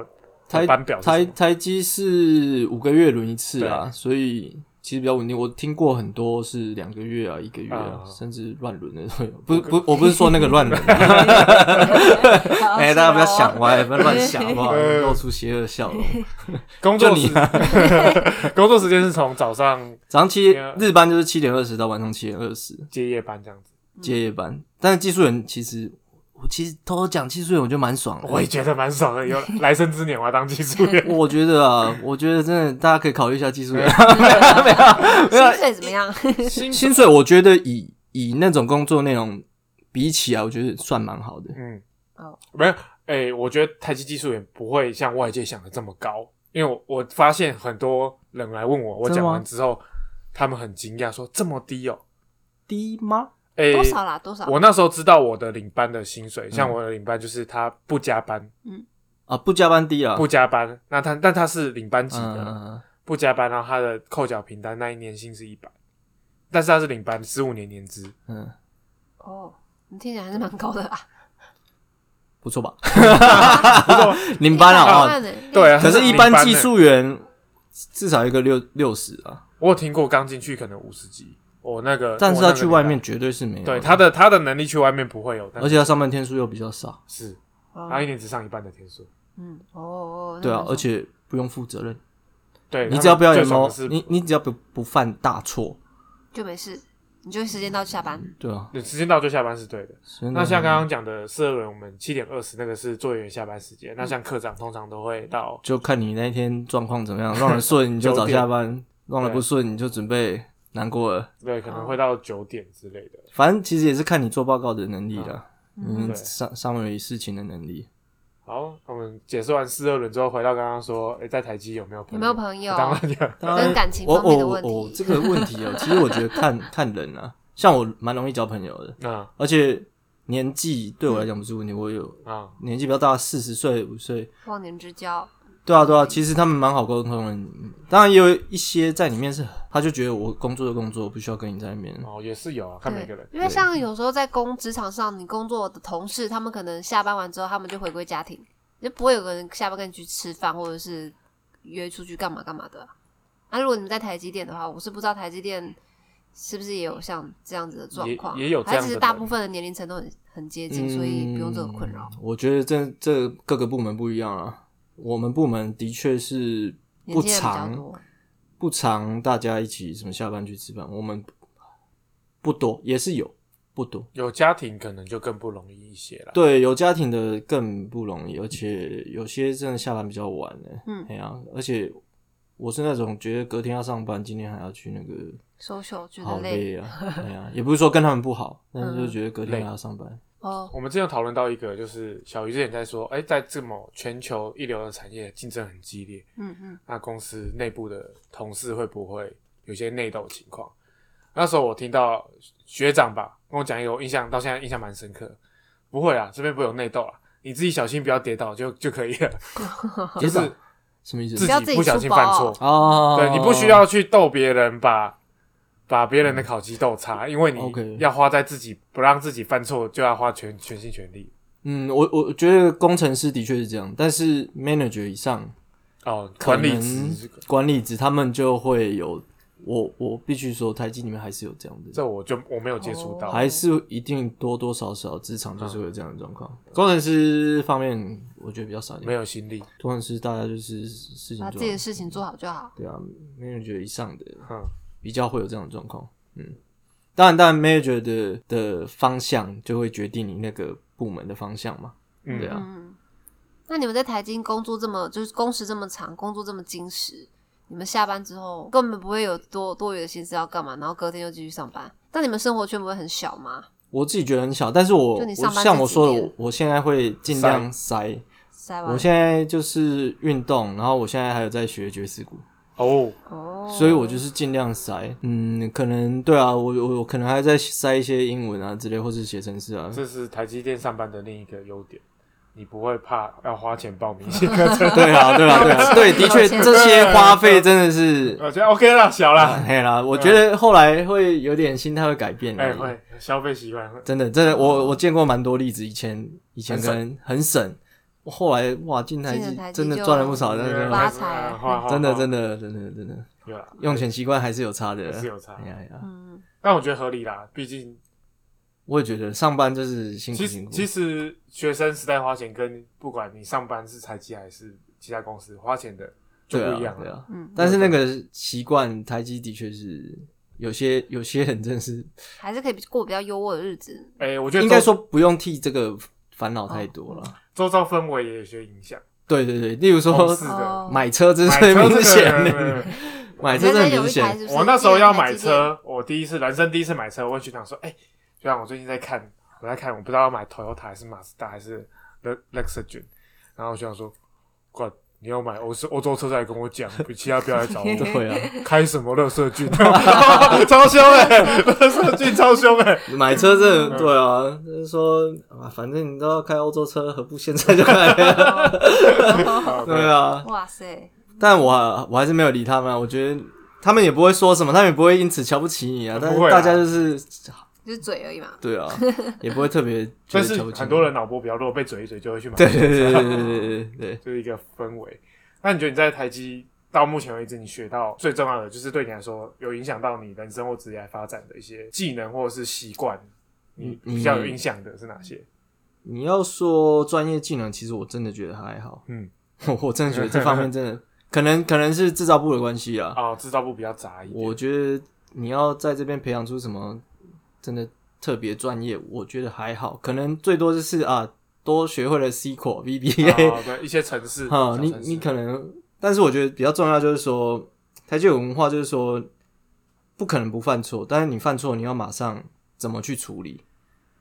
Speaker 2: 台
Speaker 1: 班表是
Speaker 2: 台
Speaker 1: 什么。
Speaker 2: 台积是五个月轮一次啊，所以其实比较稳定。我听过很多是两个月啊、一个月啊，
Speaker 1: 啊
Speaker 2: 甚至乱轮的都有。不是不，我不是说那个乱轮啊， [LAUGHS] 哎、大家不要
Speaker 3: 哦
Speaker 2: 想歪，不要乱想
Speaker 1: [LAUGHS]
Speaker 2: 好不好？
Speaker 1: 嗯
Speaker 2: 露出邪恶笑容。
Speaker 1: 工作
Speaker 2: 就你
Speaker 1: 时 [LAUGHS] 工作时间是从早上
Speaker 2: 早上七
Speaker 1: 嗯
Speaker 2: 日班就是七点二十到晚上七点二十
Speaker 1: 接夜班这样子，
Speaker 2: 接夜班，但是技术员其实我其实偷偷讲技术员，我觉得蛮爽的。
Speaker 1: 我也觉得蛮爽
Speaker 3: [LAUGHS]
Speaker 1: 的。有来生之年我要当技术员，
Speaker 2: 我觉得啊，我觉得真的大家可以考虑一下技术
Speaker 1: [LAUGHS]
Speaker 2: 员。
Speaker 3: 薪水怎么样？
Speaker 2: 薪薪水，我觉得以以那种工作内容比起来，我觉得算蛮好的。
Speaker 1: 嗯，
Speaker 3: 哦
Speaker 1: 没有哎、我觉得台积技术也不会像外界想的这么高，因为我我发现很多人来问我，我
Speaker 2: 真的
Speaker 1: 讲
Speaker 2: 吗
Speaker 1: 完之后，他们很惊讶说这么低哦、
Speaker 2: 低吗？
Speaker 1: 哎、
Speaker 3: 多少啦？
Speaker 2: 啊
Speaker 3: 多少？
Speaker 1: 我那时候知道我的领班的薪水，
Speaker 2: 嗯
Speaker 1: 像我的领班就是他不加班，
Speaker 2: 啊，不加班低啊，
Speaker 1: 不啊加班，那他但他是领班级
Speaker 2: 嗯
Speaker 1: 的，
Speaker 2: 嗯嗯
Speaker 1: 不加班，然后他的扣缴凭单那一年薪是一百，但是他是领班十五年年
Speaker 2: [LAUGHS]
Speaker 1: 资，
Speaker 2: 嗯嗯，
Speaker 3: 哦，你听起来还是蛮高的啊，
Speaker 2: 不错吧？ [LAUGHS] 领班
Speaker 3: 100
Speaker 2: 啊，
Speaker 3: 万
Speaker 2: 哦，
Speaker 3: 欸
Speaker 1: 对啊
Speaker 2: 可是，一
Speaker 1: 领
Speaker 2: 般
Speaker 1: 班
Speaker 2: 技
Speaker 1: 呢
Speaker 2: 术员至少一个六六十啊，
Speaker 1: 我有听过刚进去可能五十几，我那个，
Speaker 2: 但是
Speaker 1: 我那
Speaker 2: 他
Speaker 1: 个
Speaker 2: 去外
Speaker 1: 领
Speaker 2: 面
Speaker 1: 班，
Speaker 2: 绝对是没有的，啊
Speaker 1: 对他的他的能力去外面不会有，
Speaker 2: 而且他上班天数又比较少，
Speaker 1: 是
Speaker 3: 哦
Speaker 1: 啊他一年只上一半的天数，
Speaker 3: 嗯，哦哦，那
Speaker 2: 对啊
Speaker 3: 蛮，爽
Speaker 2: 而且不用负责任，
Speaker 1: 对
Speaker 2: 你只要不要有
Speaker 1: 毛
Speaker 2: 猫，，
Speaker 1: 是
Speaker 2: 你你只要不不犯大错，
Speaker 3: 就没事，你就时间到就下班。
Speaker 2: 对啊。
Speaker 1: 你时间到就下班是对的。
Speaker 2: 所以
Speaker 1: 那像刚刚讲的社轮，我们七点二十那个是作业员下班时间，那像课长通常都会到
Speaker 2: 就看你那天状况怎么样，让人顺
Speaker 1: [LAUGHS]
Speaker 2: 你就早下班，让人不顺你就准备难过了。
Speaker 1: 对，可能会到九点之类的。
Speaker 2: 反正其实也是看你做报告的能力啦，
Speaker 3: 嗯
Speaker 1: 对
Speaker 2: 嗯，上上面有事情的能力。
Speaker 1: 好，我们解释完四二轮之后，回到刚刚说，哎诶，在台积有没有朋友？
Speaker 3: 有没有朋友？
Speaker 1: 当然有，
Speaker 2: 当
Speaker 3: 嗯跟
Speaker 2: 然，
Speaker 3: 感情
Speaker 2: 我
Speaker 3: 方面的
Speaker 2: 我
Speaker 3: 问
Speaker 2: 我
Speaker 3: 题，
Speaker 2: 这个问题
Speaker 3: [LAUGHS]
Speaker 2: 哦，其实我觉得看看人啊，像我蛮容易交朋友的，
Speaker 1: 那
Speaker 2: 而且年纪对我来讲不是问
Speaker 3: 嗯
Speaker 2: 题，我有
Speaker 1: 啊，
Speaker 2: 年纪比较大，四十岁五岁，
Speaker 3: 忘年之交。
Speaker 2: 对啊，对
Speaker 3: 嗯
Speaker 2: 啊，其实他们蛮好沟通的。嗯当然也有一些在里面是，他就觉得我工作的工作，我不需要跟你在里面。
Speaker 1: 哦，也是有啊，看每个人。
Speaker 3: 因为
Speaker 2: 对
Speaker 3: 像有时候在工职场上，你工作的同事，他们可能下班完之后，他们就回归家庭，就不会有个人下班跟你去吃饭，或者是约出去干嘛干嘛的啊。那、如果你们在台积电的话，我是不知道台积电是不是也有像这样子的状况，
Speaker 1: 也也有这
Speaker 3: 还
Speaker 1: 样
Speaker 3: 只
Speaker 1: 子的
Speaker 3: 是大部分的年龄层都很很接近，所以不用这个困扰。
Speaker 2: 嗯。我觉得这这各个部门不一样啊。我们部门的确是
Speaker 3: 年
Speaker 2: 不
Speaker 3: 轻人比较
Speaker 2: 常
Speaker 3: 多，
Speaker 2: 不常大家一起什么下班去吃饭，我们不多，也是有不多。
Speaker 1: 有家庭可能就更不容易一些了。
Speaker 2: 对，有家庭的更不容易，而且有些真的下班比较晚呢、
Speaker 3: 嗯
Speaker 2: 哎呀、而且我是那种觉得隔天要上班，今天还要去那个
Speaker 3: social 觉
Speaker 2: 好
Speaker 3: 得累
Speaker 2: 累啊，哎呀、也不是说跟他们不
Speaker 3: [LAUGHS]
Speaker 2: 好，但是
Speaker 3: 嗯
Speaker 2: 就觉得隔天还要上班，
Speaker 3: 哦，
Speaker 1: 我们之前有讨论到一个，就是小鱼之前在说，诶，在这么全球一流的产业竞争很激烈，
Speaker 3: 嗯嗯，
Speaker 1: 那公司内部的同事会不会有些内斗情况？那时候我听到学长吧跟我讲一个，我印象到现在印象蛮深刻。不会啊，这边不会有内斗啊，你自己小心不要跌倒就就可以了。就是
Speaker 2: 什么意
Speaker 1: 自
Speaker 2: 思？
Speaker 3: 不要自
Speaker 1: 己
Speaker 3: 己
Speaker 1: 不小
Speaker 3: 出
Speaker 1: 心
Speaker 3: 包
Speaker 1: 犯
Speaker 3: 哦
Speaker 1: 错，
Speaker 2: 哦，
Speaker 1: 对你不需要去斗别人把把别人的烤鸡斗差，因为你
Speaker 2: OK
Speaker 1: 要花在自己不让自己犯错，就要花全全心全力。
Speaker 2: 嗯，我我觉得工程师的确是这样，但是 manager 以上
Speaker 1: 哦，
Speaker 2: 可
Speaker 1: 管理
Speaker 2: 能
Speaker 1: 职
Speaker 2: 管理职他们就会有，我我必须说，台积里面还是有这样的，
Speaker 1: 这我就我没有接触到，
Speaker 3: 哦
Speaker 2: 还是一定多多少少职场就是会有这样的状况。工程师方面，我觉得比较少一点，
Speaker 1: 嗯没有心力。
Speaker 2: 工程师大家就是事情
Speaker 3: 把
Speaker 2: 做
Speaker 3: 自己的事情做好就好。
Speaker 2: 对啊，manager 以上的
Speaker 1: 嗯，
Speaker 2: 比较会有这种状况。嗯，当然，当然 manager 的的方向就会决定你那个部门的方向嘛。
Speaker 1: 嗯
Speaker 2: 对啊，
Speaker 3: 嗯，那你们在台金工作这么，就是工时这么长，工作这么精实，你们下班之后根本不会有多多余的心思要干嘛，然后隔天又继续上班。那你们生活圈不会很小吗？
Speaker 2: 我自己觉得很小，但是我
Speaker 3: 就你
Speaker 2: 我
Speaker 3: 上班
Speaker 2: 像我
Speaker 3: 这几
Speaker 2: 说的，
Speaker 3: 天
Speaker 2: 我我现在会尽量塞。
Speaker 3: 塞完
Speaker 2: 我现在就是运动，然后我现在还有在学爵士鼓，
Speaker 1: 哦，
Speaker 3: 哦，
Speaker 2: 所以我就是尽量塞。嗯，可能对啊，我我我可能还在塞一些英文啊之类，或是写程式啊。
Speaker 1: 这是台积电上班的另一个优点，你不会怕要花钱报名一些课程。
Speaker 2: 对啊，对啊，对啊，对，的确这些花费真的是。
Speaker 1: 我觉得 OK 啦，小啦，
Speaker 2: 嘿啦，我觉得后来会有点心态会改变而
Speaker 1: 哎、
Speaker 2: 已。
Speaker 1: 会消费习惯会
Speaker 2: 真的，真的，我我见过蛮多例子。以前以前
Speaker 1: 很
Speaker 2: 可
Speaker 1: 省
Speaker 2: 能很省，后来哇进台
Speaker 3: 进了
Speaker 2: 积
Speaker 3: 台积
Speaker 2: 真的
Speaker 3: 就
Speaker 2: 赚了不少，真
Speaker 3: 发
Speaker 2: 的
Speaker 3: 发财
Speaker 2: 真的真
Speaker 1: 的
Speaker 2: 的真的真的，
Speaker 1: 有啦，
Speaker 2: 用钱习惯还是有差的
Speaker 1: 哦还。是有差
Speaker 2: 哎。呀哎呀，
Speaker 3: 嗯，
Speaker 1: 但我觉得合理啦，毕竟
Speaker 2: 我也觉得上班就是辛苦
Speaker 1: 其
Speaker 2: 辛
Speaker 1: 实
Speaker 2: 苦。
Speaker 1: 其实学生时代花钱跟不管你上班是台积还是其他公司花钱的就
Speaker 2: 对
Speaker 1: 不
Speaker 2: 啊
Speaker 1: 一样
Speaker 2: 对
Speaker 1: 了。
Speaker 2: 啊。
Speaker 3: 嗯
Speaker 2: 但是那个习惯，台积的确是有些有些人真的是，
Speaker 3: 还是可以过比较优渥的日子。
Speaker 1: 哎、我觉得
Speaker 2: 应该
Speaker 1: 周
Speaker 2: 说不用替这个烦恼太多了。
Speaker 1: 周遭氛围也有些影响，
Speaker 2: 对对对，例如
Speaker 1: 同
Speaker 2: 说
Speaker 1: 事的。
Speaker 3: 哦，
Speaker 2: 买车，这是
Speaker 1: 买车这个
Speaker 2: 最明显的，
Speaker 1: 对
Speaker 2: 买车真
Speaker 3: 真
Speaker 2: 的
Speaker 3: 的
Speaker 2: 很
Speaker 3: 有
Speaker 2: 明
Speaker 3: 一台
Speaker 2: 显。
Speaker 3: 是不是？
Speaker 1: 我那时候要买
Speaker 3: 记得
Speaker 1: 车，我第一次人生第一次买车，我问学长说：“哎、学长，我最近在看，我在看，我不知道要买 Toyota 还是马自达还是 Le- Lexagen，然后我想说，管你要买欧是欧洲车再来跟我讲，其他不要来找我，
Speaker 2: 对啊，
Speaker 1: 开什么乐色菌， [LAUGHS] 超凶哎、欸，乐色菌超凶
Speaker 2: [LAUGHS]
Speaker 1: 哎、
Speaker 2: 买车这对啊，就是说啊，反正你都要开欧洲车，何不现在就开？
Speaker 1: 好
Speaker 2: 对，啊，
Speaker 3: 哇塞，
Speaker 2: 但我还我还是没有理他们啊，我觉得他们也不会说什么，他们也不会因此瞧不起你啊，但是
Speaker 1: 不会啊
Speaker 2: 大家就是
Speaker 3: 就是嘴而已嘛。
Speaker 2: 对啊， [LAUGHS] 也不会特别觉
Speaker 1: 但
Speaker 2: 得
Speaker 1: 是
Speaker 2: 瞧不起你
Speaker 1: 很多人脑波比较弱，被嘴一嘴就会去买。
Speaker 2: [LAUGHS] 对对对对对对对对，
Speaker 1: 就是一个氛围。那你觉得你在台积到目前为止，你学到最重要的，就是对你来说有影响到你人生或职业发展的一些技能或者是习惯，你
Speaker 2: 嗯
Speaker 1: 比较有影响的是哪些？
Speaker 2: 你要说专业技能，其实我真的觉得还好，
Speaker 1: 嗯，
Speaker 2: 我 [LAUGHS] 我真的觉得这方面真的可能 [LAUGHS] 可能是制造部的关系啊。
Speaker 1: 哦，制造部比较杂一点。
Speaker 2: 我觉得你要在这边培养出什么真的特别专业，我觉得还好，可能最多就是啊，多学会了 SQL、VBA， [LAUGHS]
Speaker 1: 哦、对一些城市，
Speaker 2: 哈、
Speaker 1: 小
Speaker 2: 你
Speaker 1: 城市
Speaker 2: 你可能，但是我觉得比较重要就是说，台积有文化就是说，不可能不犯错，但是你犯错，你要马上怎么去处理，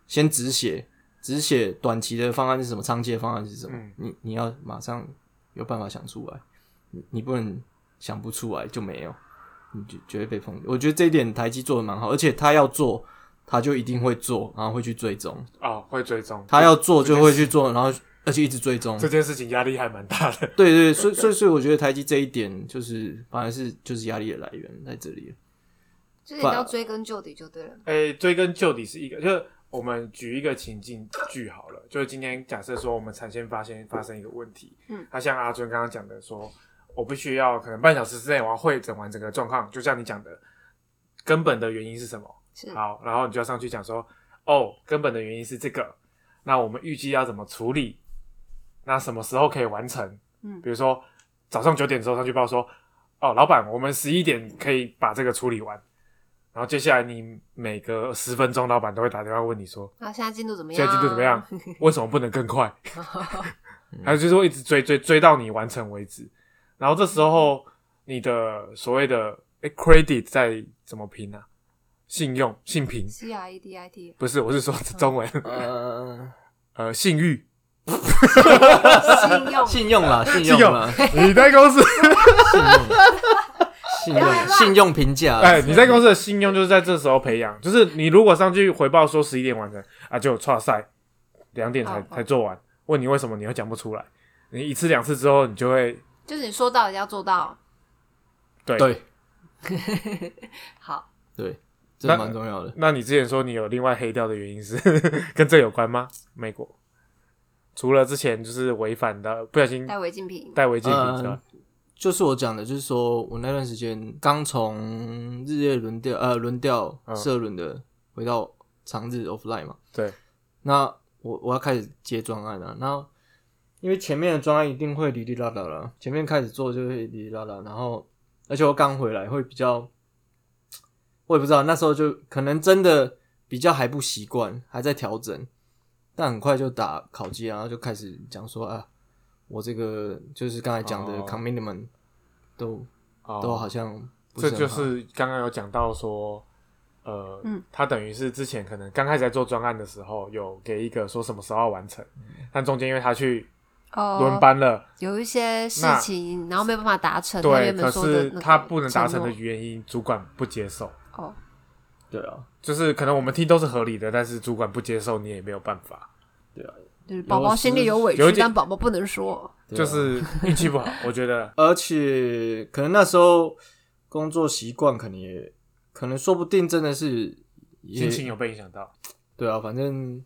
Speaker 2: 先止血，止血短期的方案是什么，长期的方案是什么，
Speaker 1: 嗯
Speaker 2: 你你要马上有办法想出来，你你不能想不出来就没有，你就绝对被碰。我觉得这一点台积做的蛮好，而且他要做。他就一定会做，然后会去追踪。
Speaker 1: 哦会追踪，
Speaker 2: 他要做就会去做，然后而且一直追踪。
Speaker 1: 这件事情压力还蛮大的。
Speaker 2: 对对，所以所以所以我觉得台积这一点就是反而是就是压力的来源在这里。
Speaker 3: 就是你要追根究底就对了。
Speaker 1: 诶、哎追根究底是一个，就是我们举一个情境剧好了，就是今天假设说我们产线发现发生一个问题，
Speaker 3: 嗯，
Speaker 1: 那像阿尊刚刚讲的说，我必须要可能半小时之内我要会诊完整个状况，就像你讲的，根本的原因是什么？
Speaker 3: 是，
Speaker 1: 好，然后你就要上去讲说，哦，根本的原因是这个，那我们预计要怎么处理？那什么时候可以完成？
Speaker 3: 嗯
Speaker 1: 比如说早上九点之后上去报说，哦，老板，我们十一点可以把这个处理完。然后接下来你每隔十分钟，老板都会打电话问你说，
Speaker 3: 那现在进度怎么样？
Speaker 1: 现在进度怎么
Speaker 3: [LAUGHS]
Speaker 1: 样？？为什么不能更快？还有就是会一直追追追到你完成为止。然后这时候你的所谓的诶 credit 在怎么拼啊？信用、信评
Speaker 3: C R E D I T，
Speaker 1: 不是，我是说中文，
Speaker 2: 呃，
Speaker 1: 呃，信誉。
Speaker 3: 信
Speaker 2: [LAUGHS]
Speaker 3: 用，
Speaker 2: 信用啦，信
Speaker 1: 信
Speaker 2: 用
Speaker 1: 用
Speaker 2: 啦，，
Speaker 1: 你在公司，
Speaker 2: 信用，信用评价。
Speaker 1: 哎，你在公司的信用就是在这时候培养。就是你如果上去回报说十一点完成啊，就差赛，两点才
Speaker 3: 哦哦
Speaker 1: 才做完，问你为什么，你又讲不出来。你一次两次之后，你就会
Speaker 3: 就是你说到也要做到。 [LAUGHS]
Speaker 1: 对。
Speaker 2: 对
Speaker 3: 好，
Speaker 2: 对，这蛮重要的。
Speaker 1: 那你之前说你有另外黑掉的原因是 [LAUGHS] 跟这有关吗？美国除了之前就是违反的，不小心
Speaker 3: 戴违禁品，
Speaker 1: 戴违禁品之外
Speaker 2: 嗯，就是我讲的，就是说我那段时间刚从日夜轮调，呃，轮调
Speaker 1: 嗯
Speaker 2: 社轮的回到长日 offline 嘛。
Speaker 1: 对，
Speaker 2: 那我我要开始接专案了，那因为前面的专案一定会哩哩啦啦了，前面开始做就会哩哩啦啦，然后而且我刚回来会比较，我也不知道那时候就可能真的比较还不习惯，还在调整，但很快就打考绩，然后就开始讲说啊，我这个就是刚才讲的
Speaker 1: 哦
Speaker 2: commitment 都、
Speaker 1: 哦
Speaker 2: 都好像不
Speaker 1: 这
Speaker 2: 很
Speaker 1: 就
Speaker 2: 好
Speaker 1: 是刚刚有讲到说，呃，
Speaker 3: 嗯
Speaker 1: 他等于是之前可能刚开始在做专案的时候，有给一个说什么时候要完成，
Speaker 2: 嗯
Speaker 1: 但中间因为他去轮
Speaker 3: 哦，
Speaker 1: 班了，
Speaker 3: 有一些事
Speaker 1: 那
Speaker 3: 情，然后没有办法达成，他
Speaker 1: 对，
Speaker 3: 原
Speaker 1: 可
Speaker 3: 本说的
Speaker 1: 是
Speaker 3: 那个
Speaker 1: 他不能达成的
Speaker 3: 承诺
Speaker 1: 原因，主管不接受，
Speaker 3: 哦，
Speaker 2: 对啊，
Speaker 1: 就是可能我们听都是合理的，但是主管不接受，你也没有办法，
Speaker 3: 就是宝宝心里有委
Speaker 1: 有一
Speaker 3: 屈，
Speaker 1: 点
Speaker 3: 但宝宝不能说。
Speaker 2: 对啊
Speaker 1: 就是运气不好，我觉得，
Speaker 2: 而且可能那时候工作习惯，可能也可能说不定真的是也
Speaker 1: 心情有被影响到，
Speaker 2: 对啊，反正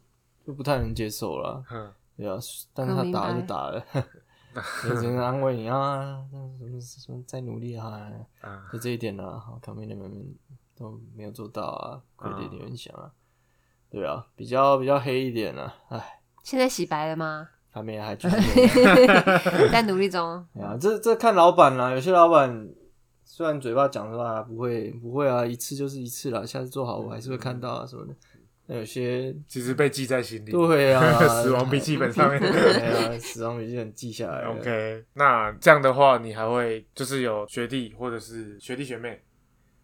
Speaker 2: 就不太能接受了，
Speaker 1: 嗯，
Speaker 2: 对啊。但是他打了就打了， [LAUGHS] 我只能安慰你啊，那什么什么再努力啊，
Speaker 1: 啊，
Speaker 2: 就这一点啊，好，卡梅人们都没有做到啊，快
Speaker 1: 嗯
Speaker 2: 点点影响啊，对啊，比较比较黑一点啊，唉，
Speaker 3: 现在洗白了
Speaker 1: [LAUGHS]
Speaker 3: 吗？
Speaker 2: 还没还继续用啊。
Speaker 3: 在努力中。
Speaker 2: 哎呀，这这看老板啦，有些老板虽然嘴巴讲说啊不会不会啊，一次就是一次啦，下次做好我还是会看到啊什么的。那有些
Speaker 1: 其实被记在心里，
Speaker 2: 对啊，
Speaker 1: [LAUGHS] 死亡笔记本
Speaker 2: [LAUGHS]
Speaker 1: 上面。
Speaker 2: 对
Speaker 3: [LAUGHS]
Speaker 2: 啊，死亡笔记本记下来了。
Speaker 1: OK，那 [LAUGHS] 这样的话，你还会就是有学弟或者是学弟学妹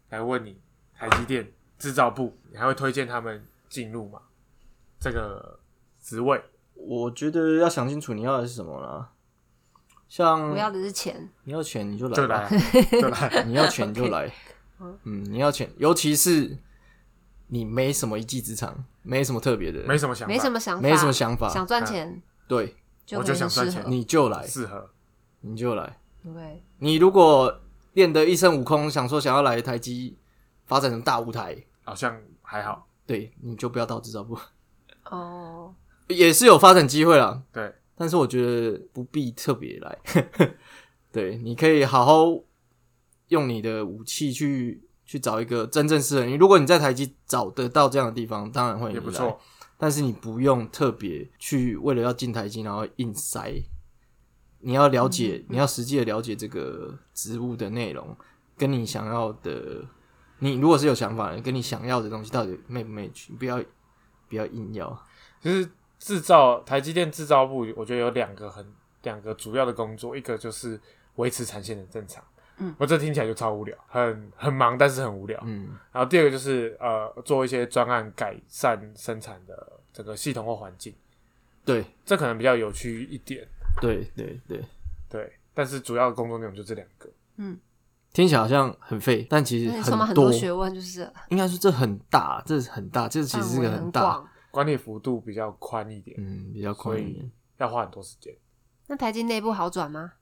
Speaker 1: 来问你台积电制造部，你还会推荐他们进入吗？这个职位
Speaker 2: 我觉得要想清楚你要的是什么啦。
Speaker 1: 嗯
Speaker 2: 像
Speaker 3: 我要的是钱，
Speaker 2: 你要钱你就
Speaker 1: 就
Speaker 2: 来
Speaker 1: 来
Speaker 2: 吧，
Speaker 3: [LAUGHS]
Speaker 1: 就来，
Speaker 2: [LAUGHS] 你要钱就来。嗯，你要钱，尤其是你没什么一技之长，没什么特别的，
Speaker 1: 没什么想法，嗯
Speaker 3: 没什么想法，
Speaker 2: 没什么想法，
Speaker 3: 想赚钱
Speaker 2: 对，
Speaker 3: 就
Speaker 1: 我就
Speaker 3: 可能
Speaker 1: 想
Speaker 3: 很
Speaker 1: 赚
Speaker 3: 适
Speaker 1: 钱
Speaker 3: 合。
Speaker 2: 你就来，
Speaker 1: 适合，
Speaker 2: 你就来。
Speaker 3: 对，
Speaker 2: 你如果练得一身武功，想说想要来台积发展成大舞台，
Speaker 1: 好像还好，
Speaker 2: 对，你就不要到制造部， [LAUGHS]
Speaker 3: 哦，
Speaker 2: 也是有发展机会啦。
Speaker 1: 对，
Speaker 2: 但是我觉得不必特别来， [LAUGHS] 对，你可以好好用你的武器去去找一个真正适合你。如果你在台积找得到这样的地方，当然欢
Speaker 3: 哎
Speaker 2: 迎
Speaker 1: 也不
Speaker 2: 你来
Speaker 1: 错。，
Speaker 2: 但是你不用特别去为了要进台积，然后硬塞。你要了解，你要实际的了解这个职务的内容，跟你想要的，你如果是有想法的，跟你想要的东西到底 match 不 match，不要不要硬要。
Speaker 1: 其实制造台积电制造部，我觉得有两个很两个主要的工作，一个就是维持产线的正常。
Speaker 3: 嗯，
Speaker 1: 我这听起来就超无聊，很很忙，但是很无聊。
Speaker 2: 嗯
Speaker 1: 然后第二个就是呃，做一些专案改善生产的整个系统或环境，，
Speaker 2: 对
Speaker 1: 这可能比较有趣一点。
Speaker 2: 对对对，
Speaker 1: 对，但是主要的工作内容就这两个。
Speaker 2: 听起来好像很废，但其实
Speaker 3: 那你充满很
Speaker 2: 多
Speaker 3: 多，学问，就是
Speaker 2: 应该说这很大，这是很大，这其实
Speaker 3: 范
Speaker 2: 是
Speaker 3: 围
Speaker 2: 个
Speaker 3: 很
Speaker 2: 大，
Speaker 3: 广。
Speaker 1: 管理幅度比较宽一点，
Speaker 2: 嗯，比较
Speaker 1: 所
Speaker 2: 宽一
Speaker 1: 以
Speaker 2: 点。
Speaker 1: 要花很多时间。
Speaker 3: 那台积内部好转吗？